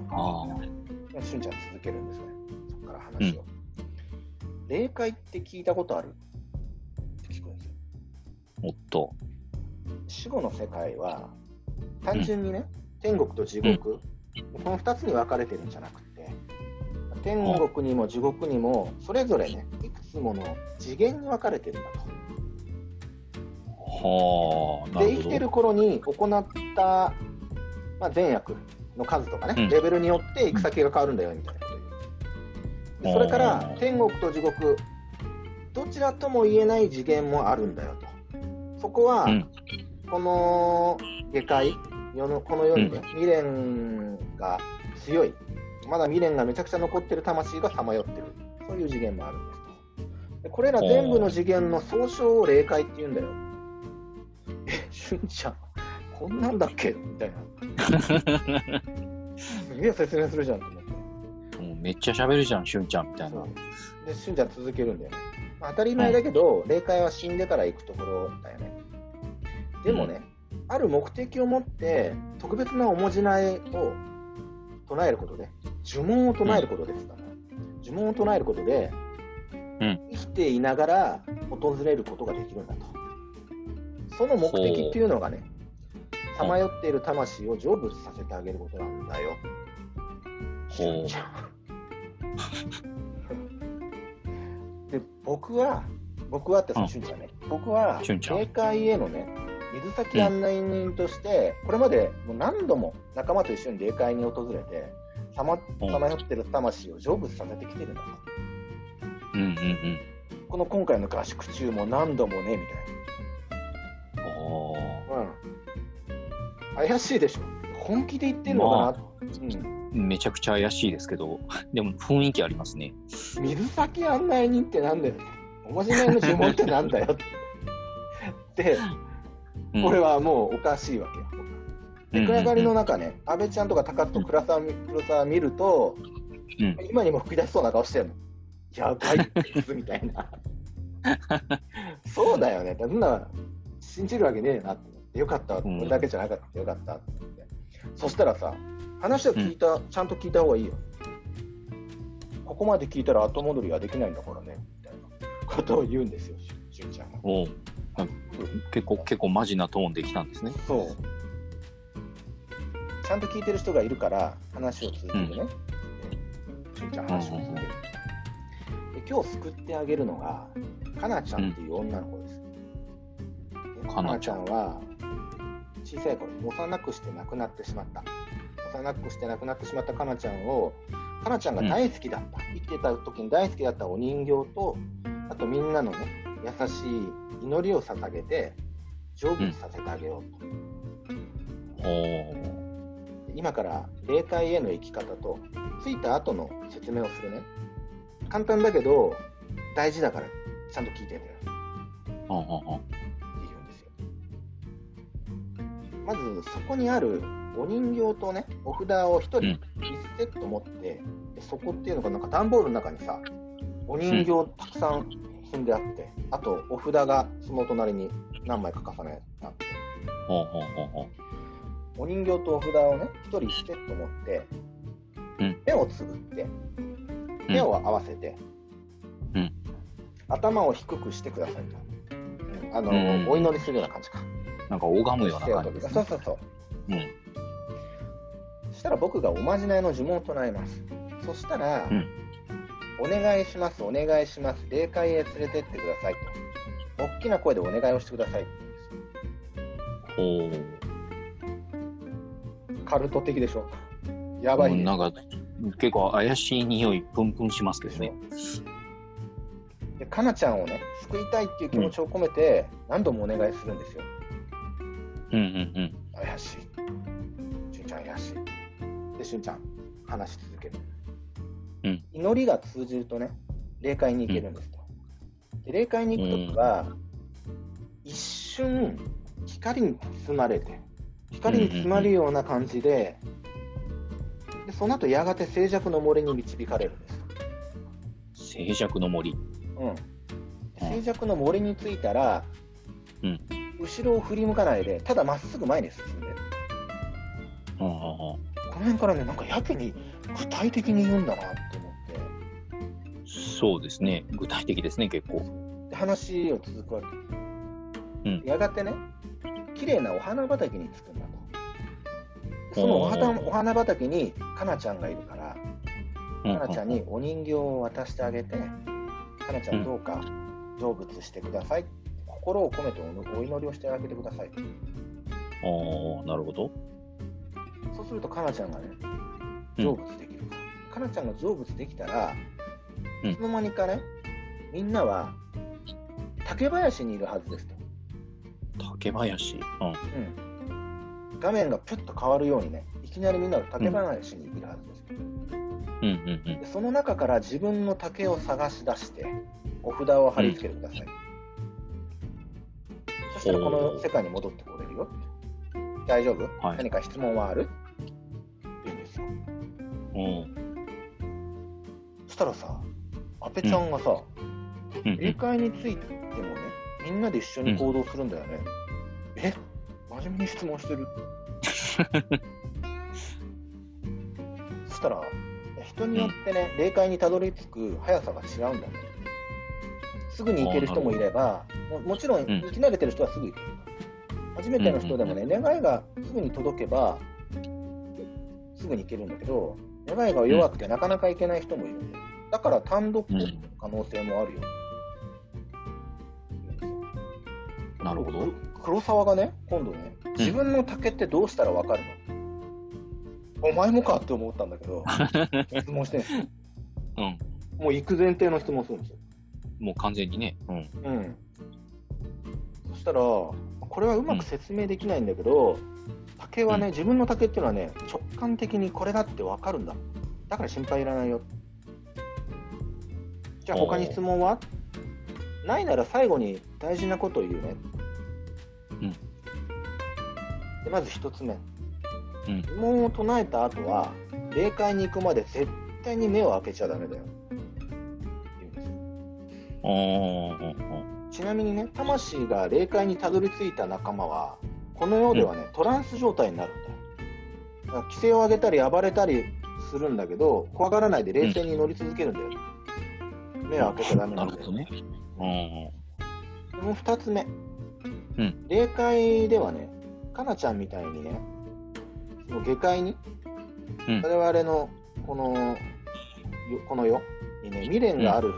[SPEAKER 4] あ
[SPEAKER 3] しゅんちゃん続けるんですね。そこから話を。霊界って聞いたことあるって聞くんですよ。
[SPEAKER 4] おっと。
[SPEAKER 3] 死後の世界は、単純にね、天国と地獄、この2つに分かれてるんじゃなくて、天国にも地獄にも、それぞれね、いくつもの次元に分かれてるんだと。
[SPEAKER 4] はあ、な
[SPEAKER 3] で
[SPEAKER 4] るほ
[SPEAKER 3] 生きて
[SPEAKER 4] ど。
[SPEAKER 3] る頃に行った、まあ、善悪の数とかね、
[SPEAKER 4] うん
[SPEAKER 3] レベルによって行く先が変わるんだよみたいなこと言うでそれか
[SPEAKER 4] あ
[SPEAKER 3] ら
[SPEAKER 4] ー
[SPEAKER 3] 天国と地獄どちらとも言えない次元もあるんだよとそこは、
[SPEAKER 4] うん
[SPEAKER 3] この下界世のこの世にね、未練が強いまだ未練がめちゃくちゃ残ってる魂がさまよってるそういう次元もあるんですとでこれら全部の次元の総称を霊界って言うんだよえしゅんちゃんこんなんだっけみたいなすげえ説明するじゃんと思って
[SPEAKER 4] もうめっちゃ喋るじゃん、しゅんちゃんみたい
[SPEAKER 3] そ
[SPEAKER 4] な。
[SPEAKER 3] うでしゅんちゃん続けるんだよね、まあ、当たり前だけど、霊界は死んでから行くところだよねでもね、ある目的を持って特別なおまじないを唱えることで呪文を唱えることですから、呪文を唱えることで、
[SPEAKER 4] うん
[SPEAKER 3] 生きていながら訪れることができるんだとその目的っていうのがねさまよっている魂を成仏させてあげることなんだよ。しゅんちゃんで僕は僕はって、その俊ちゃんね、僕は、
[SPEAKER 4] 俊ちゃん
[SPEAKER 3] 警戒へのね、水先案内人として、これまでもう何度も仲間と一緒に霊界に訪れて、さま
[SPEAKER 4] うん
[SPEAKER 3] さまよってる魂を成仏させてきてるんだ。
[SPEAKER 4] うんうん
[SPEAKER 3] この今回の合宿中も何度もね、みたい
[SPEAKER 4] うん。おー
[SPEAKER 3] な。うん。怪しいでしょ。本気で言ってるのかな、
[SPEAKER 4] ま
[SPEAKER 3] うん。
[SPEAKER 4] めちゃくちゃ怪しいですけど、 [LAUGHS] でも雰囲気ありますね。
[SPEAKER 3] 水先案内人ってなんだよ。おまじないの呪文ってなんだよって。で、
[SPEAKER 4] うん
[SPEAKER 3] これはもうおかしいわけよ。出来上がりの中ね、安倍ちゃんとか高と倉沢み黒沢見ると、
[SPEAKER 4] うん
[SPEAKER 3] 今にも吹き出しそうな顔してるの。やばいですみたい
[SPEAKER 4] [LAUGHS]
[SPEAKER 3] な。そうだよね。そんな信じるわけねえなって思って。よかった。こ
[SPEAKER 4] ん
[SPEAKER 3] れだけじゃなかった。よかったって思って。そしたらさ、話は聞いた、ちゃんと聞いた方がいいよ。ここまで聞いたら後戻りができないんだからね。みたいなことを言うんですよ、しゅんちゃんが。
[SPEAKER 4] おお。なんか結構結構マジなトーンできたんですね。
[SPEAKER 3] そう。ちゃんと聞いてる人がいるから、話を続けてね。でしゅんちゃん話を続ける。で今日救ってあげるのが、かなちゃんっていう女の子です。で
[SPEAKER 4] かなちゃ
[SPEAKER 3] か
[SPEAKER 4] ん
[SPEAKER 3] なちゃんは、小さい頃、幼くして亡くなってしまった。幼くして亡くなってしまったかなちゃんを、かなちゃんが大好きだった。生きてた時に大好きだったお人形と、あとみんなのね、優しい祈りを捧げて、成仏させてあげようと。
[SPEAKER 4] おお。
[SPEAKER 3] 今から霊界への行き方と着いた後の説明をするね簡単だけど大事だからちゃんと聞いてねっ
[SPEAKER 4] あ
[SPEAKER 3] て
[SPEAKER 4] ああ
[SPEAKER 3] 言うんですよまずそこにあるお人形とねお札を1人
[SPEAKER 4] うん
[SPEAKER 3] 1セット持って、でそこっていうのがなんか段ボールの中にさお人形たくさん積んであって、あとお札がその隣に何枚か重ねてあって
[SPEAKER 4] おおおお。
[SPEAKER 3] お人形とお札をね1人1セット持って、
[SPEAKER 4] うん
[SPEAKER 3] 目をつぶって手を合わせて、
[SPEAKER 4] うん
[SPEAKER 3] 頭を低くしてくださいと、うんあの
[SPEAKER 4] うん
[SPEAKER 3] お祈りするような感じか、
[SPEAKER 4] なんか拝むような感じです
[SPEAKER 3] そう
[SPEAKER 4] ね。
[SPEAKER 3] そうそう
[SPEAKER 4] うん。
[SPEAKER 3] そしたら僕がおまじないの呪文を唱えますそしたら、
[SPEAKER 4] うん
[SPEAKER 3] お願いしますお願いします霊界へ連れてってくださいと大きな声でお願いをしてくださいって言うんですよ
[SPEAKER 4] おお。
[SPEAKER 3] カルト的でしょやばいね、
[SPEAKER 4] なんか結構怪しい匂いプンプンしますけどね。
[SPEAKER 3] でかなちゃんをね救いたいっていう気持ちを込めて何度もお願いするんですよ
[SPEAKER 4] うんうんうん。
[SPEAKER 3] 怪しいしゅんちゃん怪しいでしゅんちゃん話し続ける、
[SPEAKER 4] うん
[SPEAKER 3] 祈りが通じるとね霊界に行けるんですと、で霊界に行くときは、一瞬光に包まれて光に包まれるような感じで,、でその後やがて静寂の森に導かれるんです
[SPEAKER 4] 静寂の森。
[SPEAKER 3] うん、
[SPEAKER 4] うん
[SPEAKER 3] 静寂の森に着いたら、
[SPEAKER 4] うん
[SPEAKER 3] 後ろを振り向かないで、ただまっすぐ前に進んで、
[SPEAKER 4] うんうん
[SPEAKER 3] この辺からね、なんかやけに具体的に言うんだなって思
[SPEAKER 4] うん。そうですね。具体的ですね結構。
[SPEAKER 3] って、で話を続くわけ。
[SPEAKER 4] うん
[SPEAKER 3] やがてね、綺麗なお花畑に着くんだと。でそのお花
[SPEAKER 4] おー
[SPEAKER 3] お花畑にかなちゃんがいるから、
[SPEAKER 4] うんうん
[SPEAKER 3] かなちゃんにお人形を渡してあげて、かなちゃんどうか成仏してください。心を込めておお祈りをしてあげてください。
[SPEAKER 4] おお。なるほど。
[SPEAKER 3] そうすると、かなちゃんがね、
[SPEAKER 4] うん
[SPEAKER 3] 成仏できる。かなちゃんが成仏できたら、
[SPEAKER 4] うん
[SPEAKER 3] いつの間にかね、みんなは竹林にいるはずですと。
[SPEAKER 4] 竹林。うん。
[SPEAKER 3] うん画面がプッと変わるようにね、いきなりみんなが竹林にいるはずです、
[SPEAKER 4] うんうんうん。
[SPEAKER 3] で。その中から自分の竹を探し出して、お札を貼り付けてください。そしたら、この世界に戻ってこれるよって。大丈夫、
[SPEAKER 4] はい
[SPEAKER 3] 何か質問はあるって言うんですよ。
[SPEAKER 4] うん。
[SPEAKER 3] そしたらさ、阿部ちゃんがさ、
[SPEAKER 4] うんう
[SPEAKER 3] 霊
[SPEAKER 4] ん。
[SPEAKER 3] 界についてもね、みんなで一緒に行動するんだよね。え真面目に質問し
[SPEAKER 4] [LAUGHS]
[SPEAKER 3] てるそしたら、人によってね、霊界にたどり着く速さが違うんだね。すぐに行ける人もいれば、ももちろん、
[SPEAKER 4] ん
[SPEAKER 3] 生き慣れてる人はすぐ行ける。初めての人でもね、願いがすぐに届けば、すぐに行けるんだけど、願いが弱くてなかなか行けない人もいるんだよ。だから単独行動の可能性もあるよ。
[SPEAKER 4] なるほど。
[SPEAKER 3] 黒沢がね、今度ね、自分の竹ってどうしたらわかるの、お前もかって思ったんだけ
[SPEAKER 4] [LAUGHS]
[SPEAKER 3] ど、質問してんすよ
[SPEAKER 4] うん。
[SPEAKER 3] もう行く前提の質問するんですよ。
[SPEAKER 4] もう完全にね。うん。
[SPEAKER 3] うん。そしたら、これはうまく説明できないんだけど、竹はね、
[SPEAKER 4] う
[SPEAKER 3] 自分の竹っていうのはね、直感的にこれだってわかるんだ。だから心配いらないよ。じゃあ他に質問はないなら最後に大事なことを言うね。
[SPEAKER 4] うん
[SPEAKER 3] でまず一つ目。
[SPEAKER 4] うん
[SPEAKER 3] 疑問を唱えた後は、霊界に行くまで絶対に目を開けちゃダメだよ。言うんですよ
[SPEAKER 4] あー
[SPEAKER 3] ちなみにね、魂が霊界にたどり着いた仲間は、この世ではね、トランス状態になるんだよ。だから規制を上げたり暴れたりするんだけど、怖がらないで冷静に乗り続けるんだよ。目を開けちゃダメな
[SPEAKER 4] なんる
[SPEAKER 3] だ
[SPEAKER 4] ほ
[SPEAKER 3] よ。
[SPEAKER 4] どね。う
[SPEAKER 3] その2つ目、
[SPEAKER 4] うん
[SPEAKER 3] 霊界ではね、かなちゃんみたいにね、その下界に、
[SPEAKER 4] うん
[SPEAKER 3] 我々のこのよこの世にね、未練がある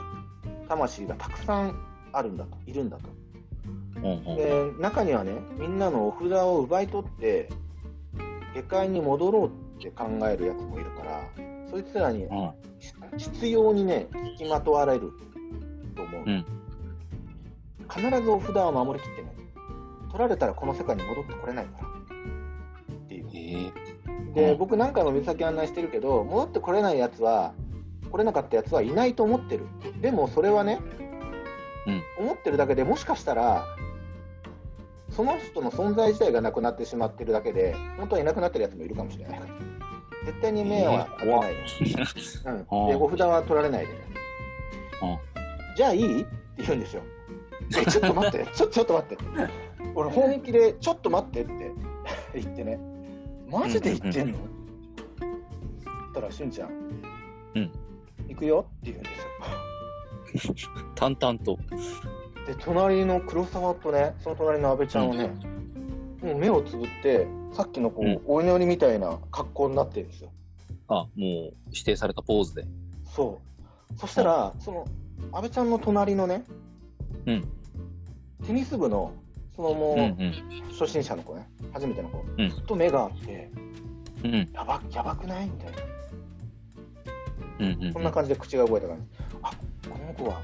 [SPEAKER 3] 魂がたくさんあるんだと、いるんだと。
[SPEAKER 4] ん。うんうん。
[SPEAKER 3] で中にはねみんなのお札を奪い取って下界に戻ろうって考えるやつもいるからそいつらに
[SPEAKER 4] うん
[SPEAKER 3] 必要にね付きまとわれると思う、
[SPEAKER 4] うん
[SPEAKER 3] 必ずお札を守りきってね取られたらこの世界に戻ってこれないからっていう
[SPEAKER 4] え
[SPEAKER 3] で、
[SPEAKER 4] うん
[SPEAKER 3] 僕何回も目先案内してるけど戻ってこれないやつは来れなかったやつはいないと思ってるでもそれはね、
[SPEAKER 4] うん
[SPEAKER 3] 思ってるだけでもしかしたらその人の存在自体がなくなってしまってるだけで本当はいなくなってるやつもいるかもしれないから絶対に目は開けないで、うん、で
[SPEAKER 4] 怖っ
[SPEAKER 3] お札は取られないでね、
[SPEAKER 4] うん
[SPEAKER 3] じゃあいいって言うんですよえちょっと待 [LAUGHS] ってちょちょっと待って俺本気でちょっと待ってって言ってねマジで言ってんの、言ったらしゅんちゃん、
[SPEAKER 4] うん
[SPEAKER 3] 行くよって言うんですよ
[SPEAKER 4] 淡々と。
[SPEAKER 3] で隣の黒沢とねその隣の阿部ちゃんをね、もう目をつぶってさっきのこう、
[SPEAKER 4] うん
[SPEAKER 3] お祈りみたいな格好になってるんですよ
[SPEAKER 4] あ、もう指定されたポーズで。
[SPEAKER 3] そうそしたらその阿部ちゃんの隣のね、
[SPEAKER 4] うん
[SPEAKER 3] テニス部のそのもう、
[SPEAKER 4] うんうん。
[SPEAKER 3] 初心者の子ね初めての子、
[SPEAKER 4] うん
[SPEAKER 3] ずっと目があって
[SPEAKER 4] うん
[SPEAKER 3] やばやばくないみたいな
[SPEAKER 4] うんうんうん。
[SPEAKER 3] こんな感じで口が動いた感じ、あこの子は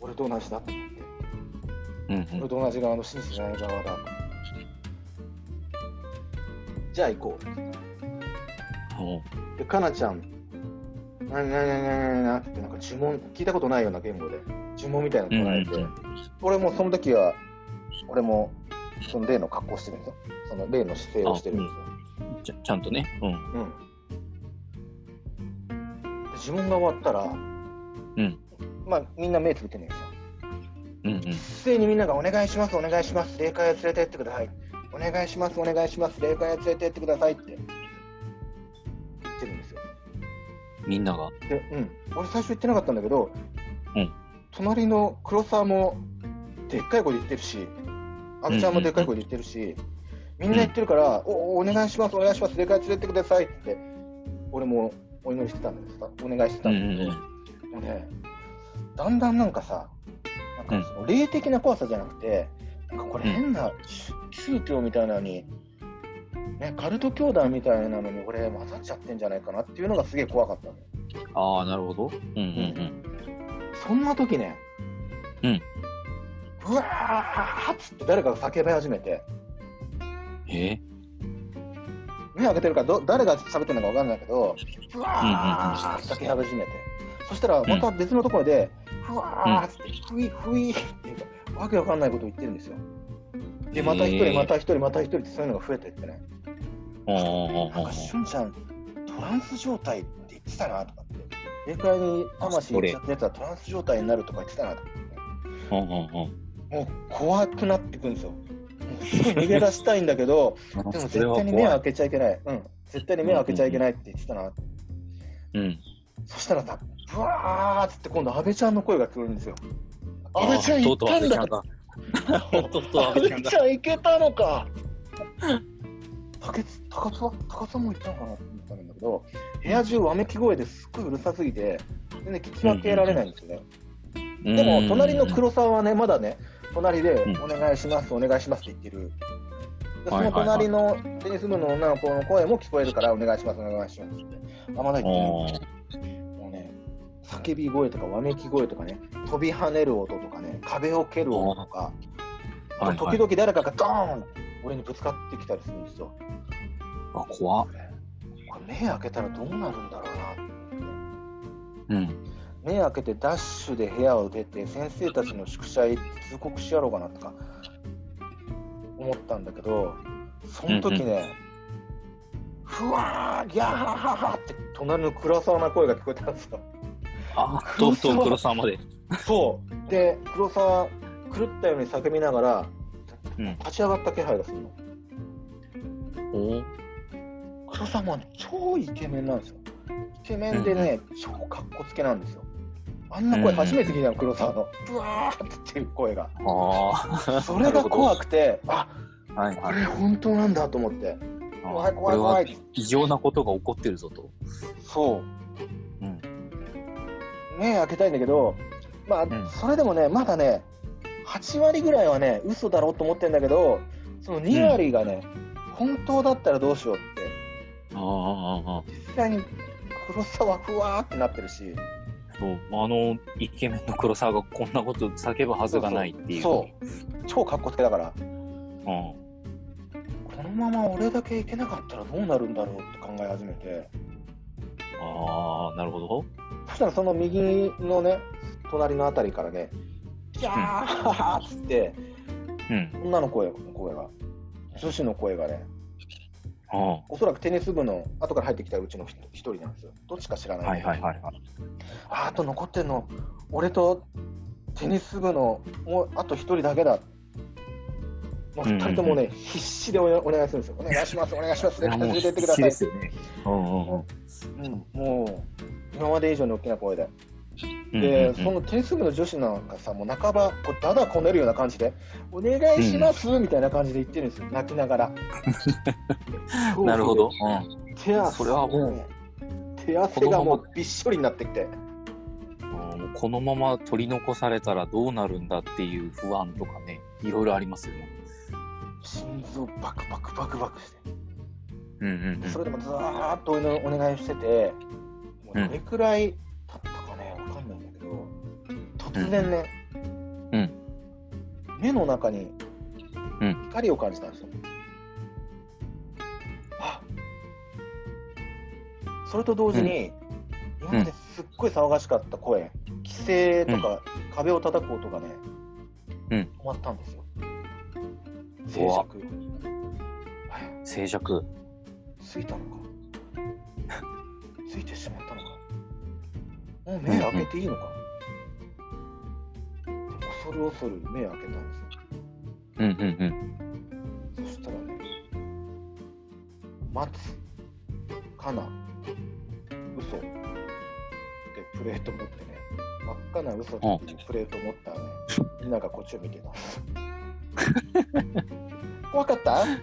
[SPEAKER 3] 俺と同じだと思って
[SPEAKER 4] うん
[SPEAKER 3] 俺と同じ側の紳士じゃない側だとじゃあ行こ
[SPEAKER 4] うん。
[SPEAKER 3] うでかなちゃんなになになになになにってなんか呪文聞いたことないような言語で呪文みたいなの唱えて、
[SPEAKER 4] うんうん
[SPEAKER 3] 俺もその時は俺もその例の格好してるんですよその例の姿勢をしてるんですよ、
[SPEAKER 4] ちゃちゃんとね。うん。
[SPEAKER 3] うん、自分が終わったら、
[SPEAKER 4] ん
[SPEAKER 3] まあ、みんな目つぶってねえさ
[SPEAKER 4] うんうん。
[SPEAKER 3] 一斉にみんなが「お願いしますお願いします霊界へ連れてってください」「お願いしますお願いします霊界へ連れてってください」って言ってるんですよ
[SPEAKER 4] みんなが。
[SPEAKER 3] で、うん、俺最初言ってなかったんだけど、
[SPEAKER 4] うん
[SPEAKER 3] 隣の黒沢もでっかい声で言ってるし阿部ちゃんもでっかい声で言ってるし、みんな言ってるから「おお願いしますお願いします霊界連れてってください」って俺もお祈りしてたんですお願いしてた
[SPEAKER 4] うんん
[SPEAKER 3] だ
[SPEAKER 4] う
[SPEAKER 3] けど、
[SPEAKER 4] んうん。
[SPEAKER 3] もうね、だんだんなんかさ、なんかその霊的な怖さじゃなくて、なんかこれ
[SPEAKER 4] うん
[SPEAKER 3] 変な宗宗教みたいなのに、ね、カルト教団みたいなのに俺混ざっちゃってんじゃないかなっていうのがすげえ怖かったのよ。
[SPEAKER 4] ああ、なるほど。うんうん
[SPEAKER 3] そんな時ね、
[SPEAKER 4] うん。
[SPEAKER 3] うわーっつって誰かが叫び始めて、
[SPEAKER 4] うん。え
[SPEAKER 3] 目開けてるからど誰が喋ってるのかわかんないけど、ふわーって叫び始めて、そしたらまた別のところで、ふわーって、ふいふいっていうか、わけわかんないことを言ってるんですよ。で、また一
[SPEAKER 4] へ
[SPEAKER 3] 人、
[SPEAKER 4] ー
[SPEAKER 3] また一人、また一人ってそういうのが増えてってね、
[SPEAKER 4] ああ、ああ
[SPEAKER 3] なん
[SPEAKER 4] あ
[SPEAKER 3] か、しゅんちゃん、トランス状態って言ってたなとかって、霊界に魂行っちゃったやつはトランス状態になるとか言ってたなとかって、
[SPEAKER 4] ああ、ああ。
[SPEAKER 3] もう怖くなってくんですよ。もうすごい逃げ出したいんだけ [LAUGHS] ど、でも絶対に目を開けちゃいけない。うん。絶対に目を開けちゃいけないって言ってたな。
[SPEAKER 4] うん。
[SPEAKER 3] そしたらさ、ブワーっつって今度、安倍ちゃんの声が聞こえるんですよ。
[SPEAKER 4] あ
[SPEAKER 3] 安倍ちゃん行ったんだ
[SPEAKER 4] とうとうとうとう安
[SPEAKER 3] 安
[SPEAKER 4] 倍
[SPEAKER 3] 倍
[SPEAKER 4] ち
[SPEAKER 3] ち
[SPEAKER 4] ゃ
[SPEAKER 3] ゃ
[SPEAKER 4] んだ。
[SPEAKER 3] ん行けたのか高津高津は高津も行ったのかなって思ったんだけど、部屋中わめき声ですっごいうるさすぎて、全然聞き分けられないんですよね。でも、隣の黒沢はね、まだね、隣で
[SPEAKER 4] う、ん
[SPEAKER 3] お願いします、お願いしますって言ってる。でそ
[SPEAKER 4] はい
[SPEAKER 3] の
[SPEAKER 4] はいはい
[SPEAKER 3] 隣のテニス部の女の子の声も聞こえるから、お願いします、お願いしますって。あまだ言ってる。もうね、叫び声とか、わめき声とかね、飛び跳ねる音とかね、壁を蹴る音とか、
[SPEAKER 4] はいはい
[SPEAKER 3] 時々誰かがドーン俺にぶつかってきたりするんですよ。
[SPEAKER 4] あ怖っ
[SPEAKER 3] これ目開けたらどうなるんだろうな
[SPEAKER 4] うん
[SPEAKER 3] 目開けてダッシュで部屋を出て先生たちの宿舎へ通告しやろうかなとか思ったんだけどその時ね、ふわーギャーハハハって隣の黒沢な声が聞こえたんですよ
[SPEAKER 4] あーとうとう黒沢まで
[SPEAKER 3] そうで黒沢狂ったように叫びながら、
[SPEAKER 4] うん
[SPEAKER 3] 立ち上がった気配がするの
[SPEAKER 4] お
[SPEAKER 3] 黒沢もね超イケメンなんですよイケメンでね、超かっこつけなんですよあんな声初めて聞いたの、黒沢のブワーっていう声が
[SPEAKER 4] あ
[SPEAKER 3] [LAUGHS] それが怖
[SPEAKER 4] く
[SPEAKER 3] くて、あ
[SPEAKER 4] はい
[SPEAKER 3] こ
[SPEAKER 4] はい
[SPEAKER 3] れ本当なんだと思って、怖い怖い怖、
[SPEAKER 4] これはい異常なことが起こってるぞと
[SPEAKER 3] そううん
[SPEAKER 4] ん、
[SPEAKER 3] 目開けたいんだけど、まあ、
[SPEAKER 4] ん
[SPEAKER 3] それでもね、まだね、8割ぐらいはね、嘘だろうと思ってんだけど、その2割がね、本当だったらどうしようっ
[SPEAKER 4] ああああ
[SPEAKER 3] て、実際に黒沢、ふわーってなってるし、
[SPEAKER 4] そうあのイケメンの黒沢がこんなこと叫ぶはずがないっていう
[SPEAKER 3] そうそう、超かっこつけだから、
[SPEAKER 4] うん
[SPEAKER 3] このまま俺だけいけなかったらどうなるんだろうって考え始めて。
[SPEAKER 4] ああなるほど
[SPEAKER 3] そしたらその右のね、隣のあたりからね、ギャーっつって、
[SPEAKER 4] うん
[SPEAKER 3] 女の声声が、女子の声がね、
[SPEAKER 4] ああ
[SPEAKER 3] おそらくテニス部の後から入ってきたうちの一一人なんですよ。どっちか知らない。
[SPEAKER 4] はいはいはいはい
[SPEAKER 3] あーあと残ってんの、俺とテニス部のもうあと一人だけだ。もう二人ともね、必死でおお願いするんですよ。お願いします、お願いします、
[SPEAKER 4] いや
[SPEAKER 3] 連
[SPEAKER 4] も
[SPEAKER 3] れ
[SPEAKER 4] う
[SPEAKER 3] て行ってく
[SPEAKER 4] 必
[SPEAKER 3] だ
[SPEAKER 4] 死
[SPEAKER 3] さい
[SPEAKER 4] で。すよねうんうんうん
[SPEAKER 3] うんもう、今まで以上に大きな声で。
[SPEAKER 4] うん
[SPEAKER 3] で、
[SPEAKER 4] うん
[SPEAKER 3] そのテニス部の女子なんかさ、もう半ば、こうだだこねるような感じで、お願いします、みたいな感じで言ってるんですよ、泣きながら。
[SPEAKER 4] うん [LAUGHS] なるほど、うん
[SPEAKER 3] 手汗
[SPEAKER 4] それはもう
[SPEAKER 3] ね手汗がもうびっしょりになってきて、
[SPEAKER 4] あーもうこのまま取り残されたらどうなるんだっていう不安とかねいろいろありますよね。
[SPEAKER 3] 心臓バクバクバクバクして、
[SPEAKER 4] うんうん
[SPEAKER 3] でそれでもずーっとお願いお願いしてて、もうどれくらい経ったかね、わかんないんだけど、突然ね、
[SPEAKER 4] うん
[SPEAKER 3] 目の中に
[SPEAKER 4] うん
[SPEAKER 3] 光を感じたんですよ。あそれと同時に、今まですっごい騒がしかった声、規制とか壁を叩く音がね、
[SPEAKER 4] うん
[SPEAKER 3] 止まったんですよ。静
[SPEAKER 4] うわ
[SPEAKER 3] 寂。はい
[SPEAKER 4] 静寂。
[SPEAKER 3] ついたのか [LAUGHS] ついてしまったのかもう目開けていいのか、恐る恐る目開けたんで
[SPEAKER 4] うんうん
[SPEAKER 3] すよそしたらね松かな嘘ってプレート持ってね真っ赤な嘘っていうプレート持ったね、みんながこっちを見てたん [LAUGHS] です怖かった怖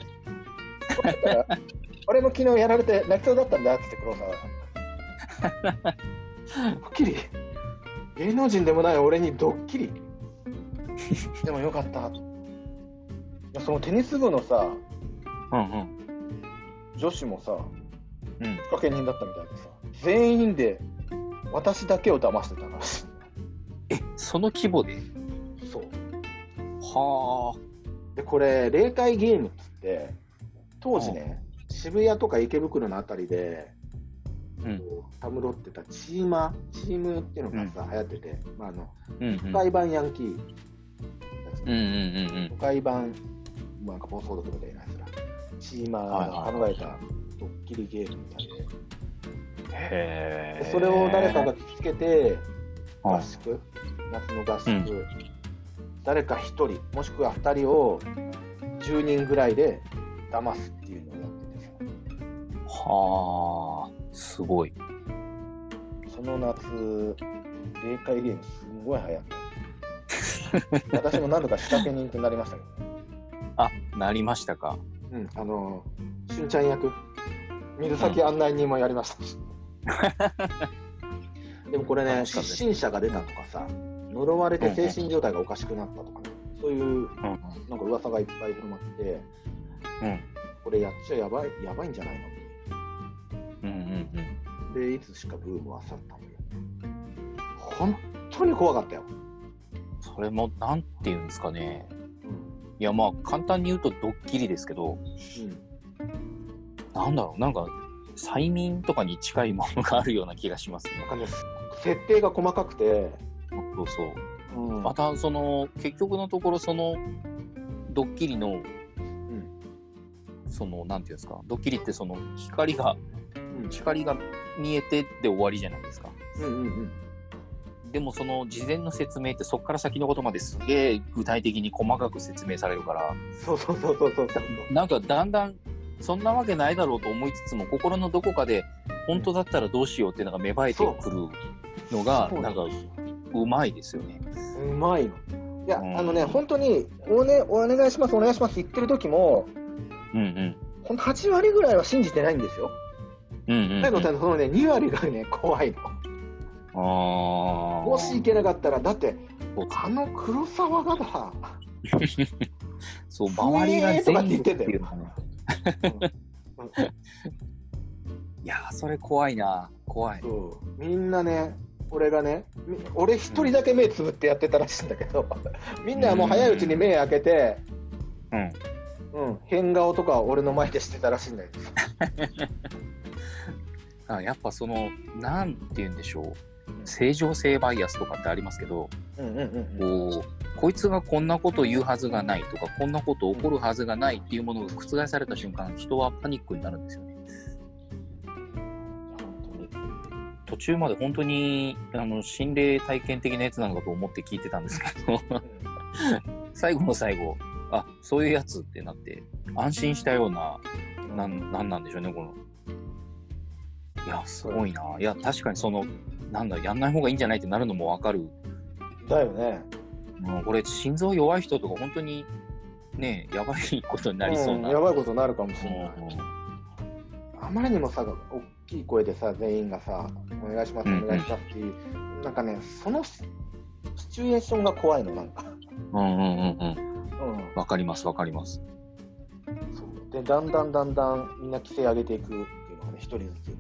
[SPEAKER 3] かった俺も昨日やられて泣きそうだったんだっつって黒沢がドッキリ芸能人でもない俺にドッキリでもよかったいやそのテニス部のさ
[SPEAKER 4] うん。うんうん。
[SPEAKER 3] 女子もさ
[SPEAKER 4] うん
[SPEAKER 3] 仕掛け人だったみたいでさ全員で私だけを騙してたからし
[SPEAKER 4] えその規模で。
[SPEAKER 3] いそう
[SPEAKER 4] は
[SPEAKER 3] でこれ霊界ゲームっつって当時ね、渋谷とか池袋のあたりで
[SPEAKER 4] あ。うん
[SPEAKER 3] こうたむろってたチーマーチームっていうのがさ、流行ってて、まあ、あの
[SPEAKER 4] うん
[SPEAKER 3] 都
[SPEAKER 4] うん。
[SPEAKER 3] 会版ヤンキーやつ
[SPEAKER 4] うんうんうん
[SPEAKER 3] 都会版なんか暴走族みたいなやつらチーマーが考えたドッキリゲームみたいで,、
[SPEAKER 4] うん。へ
[SPEAKER 3] でそれを誰かが。聞きつけて
[SPEAKER 4] は
[SPEAKER 3] 合
[SPEAKER 4] い
[SPEAKER 3] 宿夏の合宿、
[SPEAKER 4] うん
[SPEAKER 3] 誰か1人もしくは2人を10人ぐらいで騙すっていうのをやっててさ
[SPEAKER 4] はあ。すごい。
[SPEAKER 3] その夏、霊界ゲーム、すんごい流
[SPEAKER 4] [LAUGHS]
[SPEAKER 3] 行った。私も何度か仕掛け人となりましたけどね。
[SPEAKER 4] あなりましたか。
[SPEAKER 3] うん、あのー、しゅんちゃん役、水先案内人もやりましたし。
[SPEAKER 4] [LAUGHS]
[SPEAKER 3] でもこれね、
[SPEAKER 4] 楽しかったで
[SPEAKER 3] 失
[SPEAKER 4] す
[SPEAKER 3] 神者が出たとかさ、呪われて精神状態がおかしくなったとかね、そういう
[SPEAKER 4] うんうん
[SPEAKER 3] なんか噂がいっぱい広まって、
[SPEAKER 4] うん
[SPEAKER 3] これやっちゃやばいやばいんじゃないの
[SPEAKER 4] うんうん
[SPEAKER 3] でいつしかブームは去ったのよ本当に怖かったよ、
[SPEAKER 4] それもなんていうんですかねいやまあ簡単に言うとドッキリですけど
[SPEAKER 3] うん
[SPEAKER 4] なんだろうなんか催眠とかに近いものがあるような気がし [LAUGHS] ますね
[SPEAKER 3] なんかね設定が細かくて、
[SPEAKER 4] そうそう
[SPEAKER 3] うん
[SPEAKER 4] またその結局のところそのドッキリの、
[SPEAKER 3] ん
[SPEAKER 4] そのなんていうんですかドッキリってその光が
[SPEAKER 3] うん
[SPEAKER 4] 光が見えてで終わりじゃないですか
[SPEAKER 3] うんうんうん
[SPEAKER 4] でもその事前の説明ってそこから先のことまですげえ具体的に細かく説明されるから
[SPEAKER 3] そうそうそうそうそうそう
[SPEAKER 4] なんかだんだんそんなわけないだろうと思いつつも心のどこかで本当だったらどうしようっていうのが芽生えてくるのが
[SPEAKER 3] そう
[SPEAKER 4] なんかうまいですよね。
[SPEAKER 3] うまいのいや、
[SPEAKER 4] うん
[SPEAKER 3] あのね本当にお,、ね、お願いしますお願いしますって言ってる時も
[SPEAKER 4] うんうん
[SPEAKER 3] ほんと8割ぐらいは信じてないんですよ、
[SPEAKER 4] うんうんうん
[SPEAKER 3] だけどそのね2割がね怖いの
[SPEAKER 4] あー
[SPEAKER 3] もし行けなかったらだって
[SPEAKER 4] そう
[SPEAKER 3] あの黒沢がだ
[SPEAKER 4] そう、周りが全部っていうのがね [LAUGHS]
[SPEAKER 3] うん。
[SPEAKER 4] いやー、それ怖いな。怖い。
[SPEAKER 3] そうみんなね俺がねみ俺一人だけ目つぶってやってたらしいんだけど [LAUGHS] みんなはもう早いうちに目開けて、
[SPEAKER 4] うん。
[SPEAKER 3] うん、変顔とか俺の前でしてたらしいんだけど、
[SPEAKER 4] あやっぱその、なんて言うんでしょう。正常性バイアスとかってありますけど、
[SPEAKER 3] うんうんうんうん、
[SPEAKER 4] こう、こいつがこんなこと言うはずがないとか、こんなこと起こるはずがないっていうものが覆された瞬間、人はパニックになるんですよね。途中まで本当に、あの、心霊体験的なやつなのかと思って聞いてたんですけど、 [LAUGHS] 最後の最後、あ、そういうやつってなって、安心したようななんなんなんでしょうね、この。いや、すごいな。いや、確かにその、なんだ、やんない方がいいんじゃないってなるのもわかる。
[SPEAKER 3] だよね
[SPEAKER 4] もうこれ、心臓弱い人とか、本当に、ね、やばいことになりそうな。
[SPEAKER 3] んやばいことになるかもしれない、
[SPEAKER 4] うん
[SPEAKER 3] あまりにもさ大きい声でさ全員がさ「お願いします
[SPEAKER 4] うんうん
[SPEAKER 3] お願いします」っていう、なんかねそのシシチュエーションが怖いのなんか、
[SPEAKER 4] うんうんうんうん。
[SPEAKER 3] う
[SPEAKER 4] わかります、わかります。
[SPEAKER 3] ん、そうでだんだんだんだんみんな規制上げていくっていうのがね一人ずつ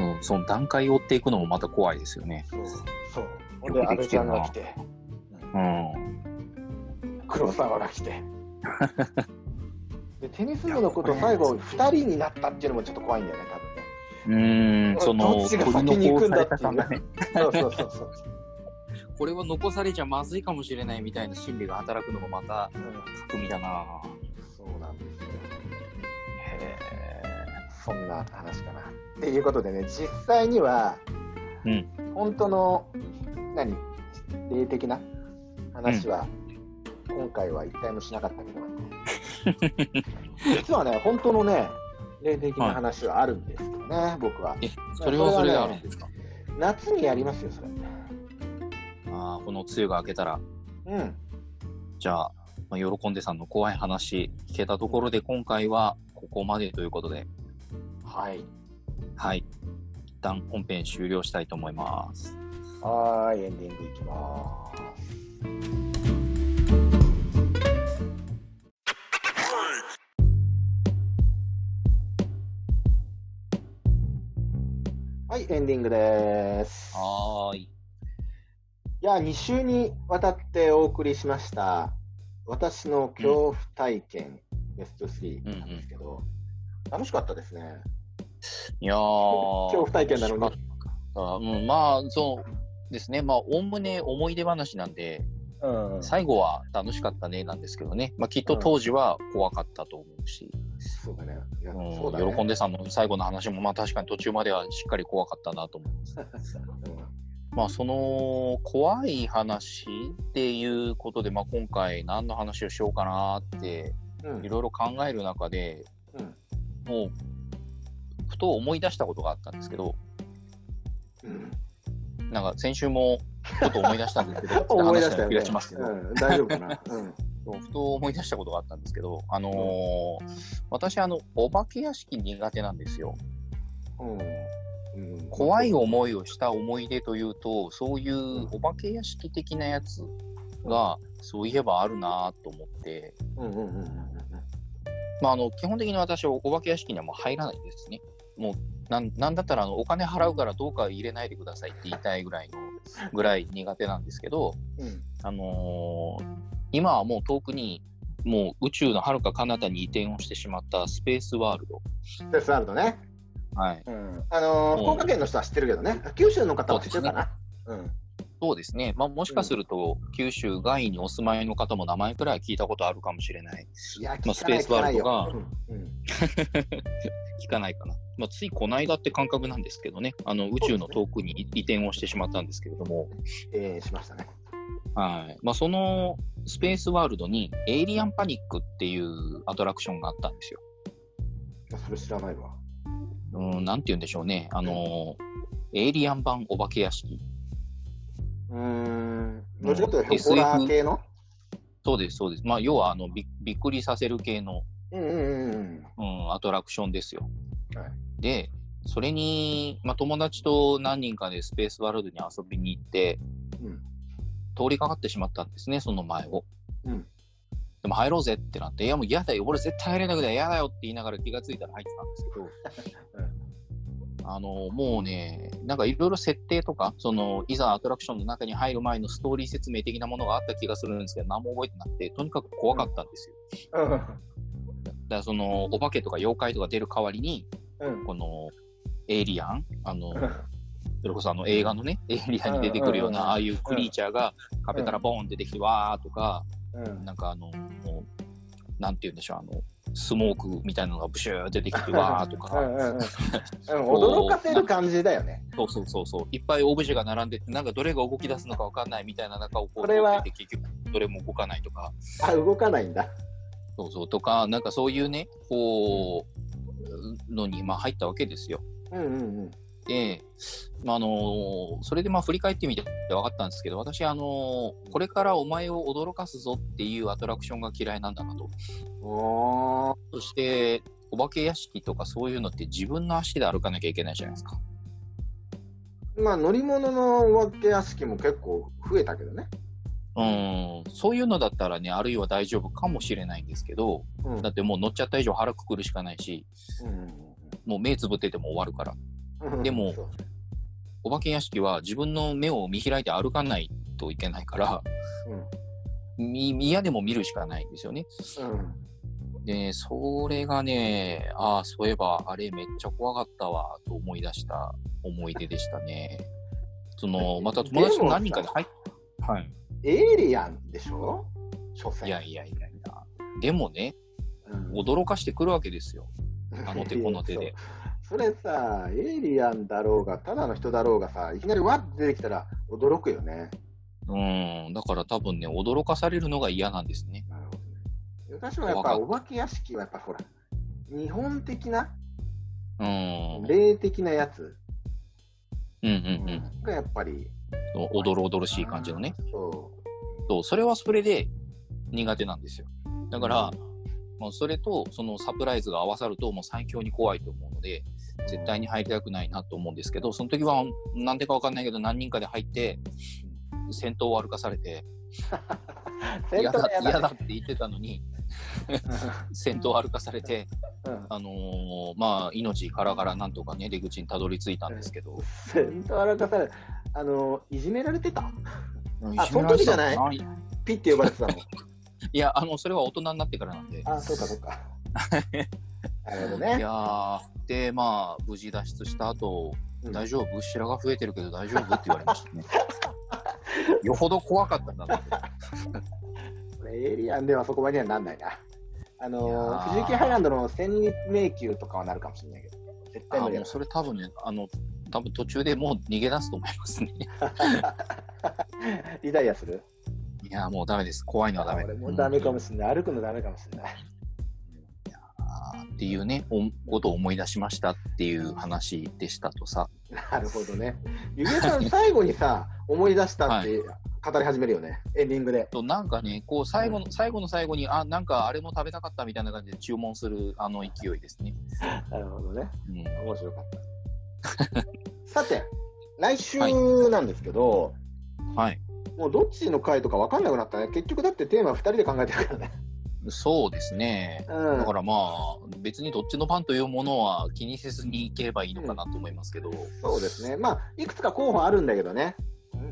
[SPEAKER 4] うん、その段階を追っていくのもまた怖いですよね。
[SPEAKER 3] そうそうほん
[SPEAKER 4] よ
[SPEAKER 3] で
[SPEAKER 4] く
[SPEAKER 3] 阿
[SPEAKER 4] で
[SPEAKER 3] 部
[SPEAKER 4] きて
[SPEAKER 3] ちゃ
[SPEAKER 4] る
[SPEAKER 3] ん
[SPEAKER 4] な
[SPEAKER 3] が来て
[SPEAKER 4] うん。
[SPEAKER 3] 黒沢が来てでテニス部のこと最後2人になったっていうのもちょっと怖いんだよね多分
[SPEAKER 4] う
[SPEAKER 3] ね
[SPEAKER 4] ーん、その、
[SPEAKER 3] どっちが
[SPEAKER 4] 取り
[SPEAKER 3] 先に行
[SPEAKER 4] 残
[SPEAKER 3] くん
[SPEAKER 4] さ
[SPEAKER 3] だ
[SPEAKER 4] れ
[SPEAKER 3] って
[SPEAKER 4] た
[SPEAKER 3] いう
[SPEAKER 4] さがね、
[SPEAKER 3] そうそうそうそう。
[SPEAKER 4] これは残されちゃまずいかもしれないみたいな心理が働くのもまた、巧みだな。
[SPEAKER 3] そうなんですよ。
[SPEAKER 4] へ
[SPEAKER 3] そんな話かな。っていうことでね、実際には、
[SPEAKER 4] うん
[SPEAKER 3] 本当の、何、霊的な話は、今回は一回もしなかったけど、実はね、本当のね、霊的な話はあるんですよね、僕は。
[SPEAKER 4] え。え、それはそれであるんですか
[SPEAKER 3] 夏にやりますよ、それ。
[SPEAKER 4] あーこの梅雨が明けたら、
[SPEAKER 3] うん。
[SPEAKER 4] じゃあ、まあ、喜んでさんの怖い話聞けたところで、今回はここまでということで、
[SPEAKER 3] はい。
[SPEAKER 4] はい。一旦本編終了したいと思います。
[SPEAKER 3] はーい、エンディングいきます。はい、エンディングです。
[SPEAKER 4] はーい。
[SPEAKER 3] いや、2週にわたってお送りしました、私の恐怖体験、ベスト3なんですけど、楽しかったですね。
[SPEAKER 4] いやー。
[SPEAKER 3] 恐怖体験なのに
[SPEAKER 4] 楽しかったうん、まあ、そうですね。まあ、おおむね思い出話なんで、
[SPEAKER 3] うん
[SPEAKER 4] 最後は楽しかったね、なんですけどね。まあ、きっと当時は怖かったと思うし。
[SPEAKER 3] そうだね。いや
[SPEAKER 4] うん
[SPEAKER 3] そうだね
[SPEAKER 4] 喜んでさんの最後の話も、まあ確かに途中まではしっかり怖かったなと思います。まあその怖い話っていうことで、まあ、今回何の話をしようかなって
[SPEAKER 3] [LAUGHS] うん
[SPEAKER 4] いろいろ考える中で、
[SPEAKER 3] うん
[SPEAKER 4] もうふと思い出したことがあったんですけど
[SPEAKER 3] うん
[SPEAKER 4] なんか先週もちょっと思い出したんです
[SPEAKER 3] [LAUGHS]
[SPEAKER 4] けど
[SPEAKER 3] 思い出した
[SPEAKER 4] 話の
[SPEAKER 3] よ
[SPEAKER 4] 気
[SPEAKER 3] ね。
[SPEAKER 4] がしますけど、
[SPEAKER 3] うん、大丈夫かな。うん
[SPEAKER 4] そうふと思い出したことがあったんですけど、あのー私あのお化け屋敷苦手なんですよ。
[SPEAKER 3] うん
[SPEAKER 4] 怖い思いをした思い出というとそういうお化け屋敷的なやつがそういえばあるなと思って、
[SPEAKER 3] うんうんうんうん
[SPEAKER 4] まあ、あの基本的に私はお化け屋敷にはもう入らないですね。もうなんなんだったらあのお金払うからどうか入れないでくださいって言いたいぐらいのぐらい苦手なんですけど、
[SPEAKER 3] うんうん。
[SPEAKER 4] あのー今はもう遠くにもう宇宙の遥か彼方に移転をしてしまったスペースワールド、
[SPEAKER 3] スペースワールドね。
[SPEAKER 4] はい、
[SPEAKER 3] うん。あ
[SPEAKER 4] う
[SPEAKER 3] のー
[SPEAKER 4] ん
[SPEAKER 3] 福岡県の人は知ってるけどね。九州の方は知ってるかな。うん。
[SPEAKER 4] そうですね、まあ、もしかすると九州外にお住まいの方も名前くらい聞いたことあるかもしれない
[SPEAKER 3] いや、
[SPEAKER 4] まあスペースワールドが
[SPEAKER 3] 聞かないよ。うんうん
[SPEAKER 4] 聞かないかな、まあ、ついこの間って感覚なんですけどねあの宇宙の遠くに移転をしてしまったんですけれども、
[SPEAKER 3] えー、しましたね。
[SPEAKER 4] はいまあ、そのスペースワールドにエイリアンパニックっていうアトラクションがあったんですよ。
[SPEAKER 3] それ知らないわ。
[SPEAKER 4] うん、なんて言うんでしょうね、あのエイリアン版お化け屋敷
[SPEAKER 3] うーん。どっちかというと、ホラー系の
[SPEAKER 4] そうです、そうです。まあ、要はあのびびっくりさせる系の、
[SPEAKER 3] うんうんうん
[SPEAKER 4] うん、アトラクションですよ。
[SPEAKER 3] は
[SPEAKER 4] で、それに、まあ、友達と何人かでスペースワールドに遊びに行って、
[SPEAKER 3] うん
[SPEAKER 4] 通りかかってしまったんですね、その前を。
[SPEAKER 3] うん
[SPEAKER 4] でも入ろうぜってなって、いやもう嫌だよ、俺絶対入れなくて嫌だよって言いながら気がついたら入ってたんですけど。 [LAUGHS] あのもうね、なんかいろいろ設定とか、そのいざアトラクションの中に入る前のストーリー説明的なものがあった気がするんですけど、何も覚えてなくて、とにかく怖かったんですよ。
[SPEAKER 3] うん。
[SPEAKER 4] だからそのお化けとか妖怪とか出る代わりに、
[SPEAKER 3] うん。
[SPEAKER 4] このエイリアン、あ
[SPEAKER 3] [LAUGHS]
[SPEAKER 4] の
[SPEAKER 3] うん。
[SPEAKER 4] それこそあの映画のね、エ [LAUGHS] イリアンに出てくるよう
[SPEAKER 3] うんうんうんうん
[SPEAKER 4] な、ああいうクリーチャーが壁からボーン出てきて、わーとか、
[SPEAKER 3] うん。
[SPEAKER 4] なんかあの、もうなんて言うんでしょう、あの、スモークみたいなのがブシュー出てきて、わーと
[SPEAKER 3] うん
[SPEAKER 4] か、
[SPEAKER 3] うんうん、驚かせる感じだよね。
[SPEAKER 4] そうそうそうそう、いっぱいオブジェが並んでて、なんかどれが動き出すのかわかんないみたいな中をこ
[SPEAKER 3] こ
[SPEAKER 4] う
[SPEAKER 3] れは
[SPEAKER 4] 通ってて、結局どれも動かないとか、
[SPEAKER 3] あ、動かないんだ。
[SPEAKER 4] そうそうとか、なんかそういうね、こう、のにまあ入ったわけですよ。
[SPEAKER 3] うんうん
[SPEAKER 4] で、まああのそれでまあ振り返ってみて分かったんですけど、私、あのこれからお前を驚かすぞっていうアトラクションが嫌いなんだなと。
[SPEAKER 3] うん。おー。
[SPEAKER 4] そして、お化け屋敷とかそういうのって自分の足で歩かなきゃいけないじゃないですか。
[SPEAKER 3] まあ乗り物のお化け屋敷も結構増えたけどね。
[SPEAKER 4] うん、そういうのだったらね、あるいは大丈夫かもしれないんですけど、
[SPEAKER 3] うん。うん
[SPEAKER 4] だってもう乗っちゃった以上腹くくるしかないし、
[SPEAKER 3] うん
[SPEAKER 4] もう目つぶってても終わるから。
[SPEAKER 3] うん
[SPEAKER 4] でも
[SPEAKER 3] そう
[SPEAKER 4] お化け屋敷は自分の目を見開いて歩かないといけないから、み嫌でも見るしかないんですよね。
[SPEAKER 3] うん。うん。
[SPEAKER 4] で、それがね、ああ、そういえば、あれめっちゃ怖かったわ、と思い出した思い出でしたね。その、また友達と何人かで入っはい。
[SPEAKER 3] エイリアンでしょ所詮。
[SPEAKER 4] いやいやいやいや。でもね、
[SPEAKER 3] うん
[SPEAKER 4] 驚かしてくるわけですよ。あ [LAUGHS] の手この手
[SPEAKER 3] いや
[SPEAKER 4] で。
[SPEAKER 3] [LAUGHS] そうそれさ、エイリアンだろうが、ただの人だろうがさ、いきなりわって出てきたら驚くよね。
[SPEAKER 4] うん。だから多分ね、驚かされるのが嫌なんですね。
[SPEAKER 3] なるほどね。私はやっぱお化け屋敷はやっぱほら、日本的な、
[SPEAKER 4] うん。うん
[SPEAKER 3] 霊的なやつ
[SPEAKER 4] うんうん。
[SPEAKER 3] がやっぱり。
[SPEAKER 4] そのおどろおどろしい感じのね。。
[SPEAKER 3] そ
[SPEAKER 4] そう、それはそれで苦手なんですよ。だから、もうそれとそのサプライズが合わさるともう最強に怖いと思うので、
[SPEAKER 3] う。
[SPEAKER 4] 絶対に入りたくないなと思うんですけど、その時はなんでかわかんないけど何人かで入って、戦闘を歩かされて、
[SPEAKER 3] 戦
[SPEAKER 4] 嫌
[SPEAKER 3] 闘
[SPEAKER 4] だ
[SPEAKER 3] は嫌
[SPEAKER 4] 嫌だ
[SPEAKER 3] だ
[SPEAKER 4] っ
[SPEAKER 3] ね。
[SPEAKER 4] て言ってたのに、戦闘を歩かされて、
[SPEAKER 3] うん
[SPEAKER 4] あのーまあ、命からがらなんとかね、出口にたどり着いたんですけど、
[SPEAKER 3] 戦闘荒かされ、あの、いじめられてた
[SPEAKER 4] うん
[SPEAKER 3] あその時じゃない
[SPEAKER 4] い
[SPEAKER 3] ピって呼ばれ
[SPEAKER 4] [LAUGHS]
[SPEAKER 3] てたの。
[SPEAKER 4] や、あの、それは大人になってからなんで。
[SPEAKER 3] あ、そうかそ
[SPEAKER 4] [LAUGHS]
[SPEAKER 3] うか。なるほど
[SPEAKER 4] い
[SPEAKER 3] ね
[SPEAKER 4] や。ーで、まあ、無事脱出した後、
[SPEAKER 3] うん
[SPEAKER 4] 大丈夫白が増えてるけど大丈夫って言われましたね。 [LAUGHS] よほど怖かったんだなって。
[SPEAKER 3] これエイリアンではそこまでにはなんないな。あ
[SPEAKER 4] いや
[SPEAKER 3] の
[SPEAKER 4] ー
[SPEAKER 3] 富士急ハイランドの千日迷宮とかはなるかもしれないけど、絶対
[SPEAKER 4] あ
[SPEAKER 3] 無理
[SPEAKER 4] も
[SPEAKER 3] だ
[SPEAKER 4] う。それ多分ね、あの、多分途中でもう逃げ出すと思いますね。
[SPEAKER 3] リタイアする
[SPEAKER 4] いや、もうダメです。怖いのはダメ。
[SPEAKER 3] 俺もダメか
[SPEAKER 4] も。
[SPEAKER 3] もしれない。歩くのダメかもしれない。
[SPEAKER 4] [LAUGHS] っていうね、おことを思い出しましたっていう話でしたとさ。
[SPEAKER 3] なるほどね。ゆげさん、最後にさ、思い出したって語り始めるよね、エンディングで。
[SPEAKER 4] となんかね、こう最後の、最後の最後に、あ、なんかあれも食べたかったみたいな感じで注文するあの勢いですね。
[SPEAKER 3] なるほどね。
[SPEAKER 4] うん。
[SPEAKER 3] 面白か [LAUGHS] った。さて、来週なんですけど、
[SPEAKER 4] はい。
[SPEAKER 3] もうどっちの回とか分かんなくなったね。結局だってテーマ2人で考えてるからね。
[SPEAKER 4] そうですね。
[SPEAKER 3] うん
[SPEAKER 4] だからまあ、別にどっちのパンというものは気にせずにいければいいのかなと思いますけど、
[SPEAKER 3] そうですね。まあ、いくつか候補あるんだけどね。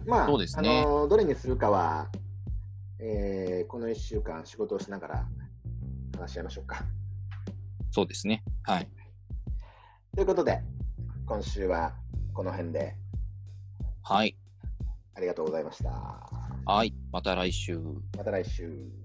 [SPEAKER 3] まあ、
[SPEAKER 4] そうですね
[SPEAKER 3] あのーどれにするかは、えーこの1週間仕事をしながら話し合いましょうか。
[SPEAKER 4] そうですね。はい。
[SPEAKER 3] ということで、今週はこの辺で
[SPEAKER 4] はい。
[SPEAKER 3] ありがとうございました。
[SPEAKER 4] はい。また来週。
[SPEAKER 3] また来週。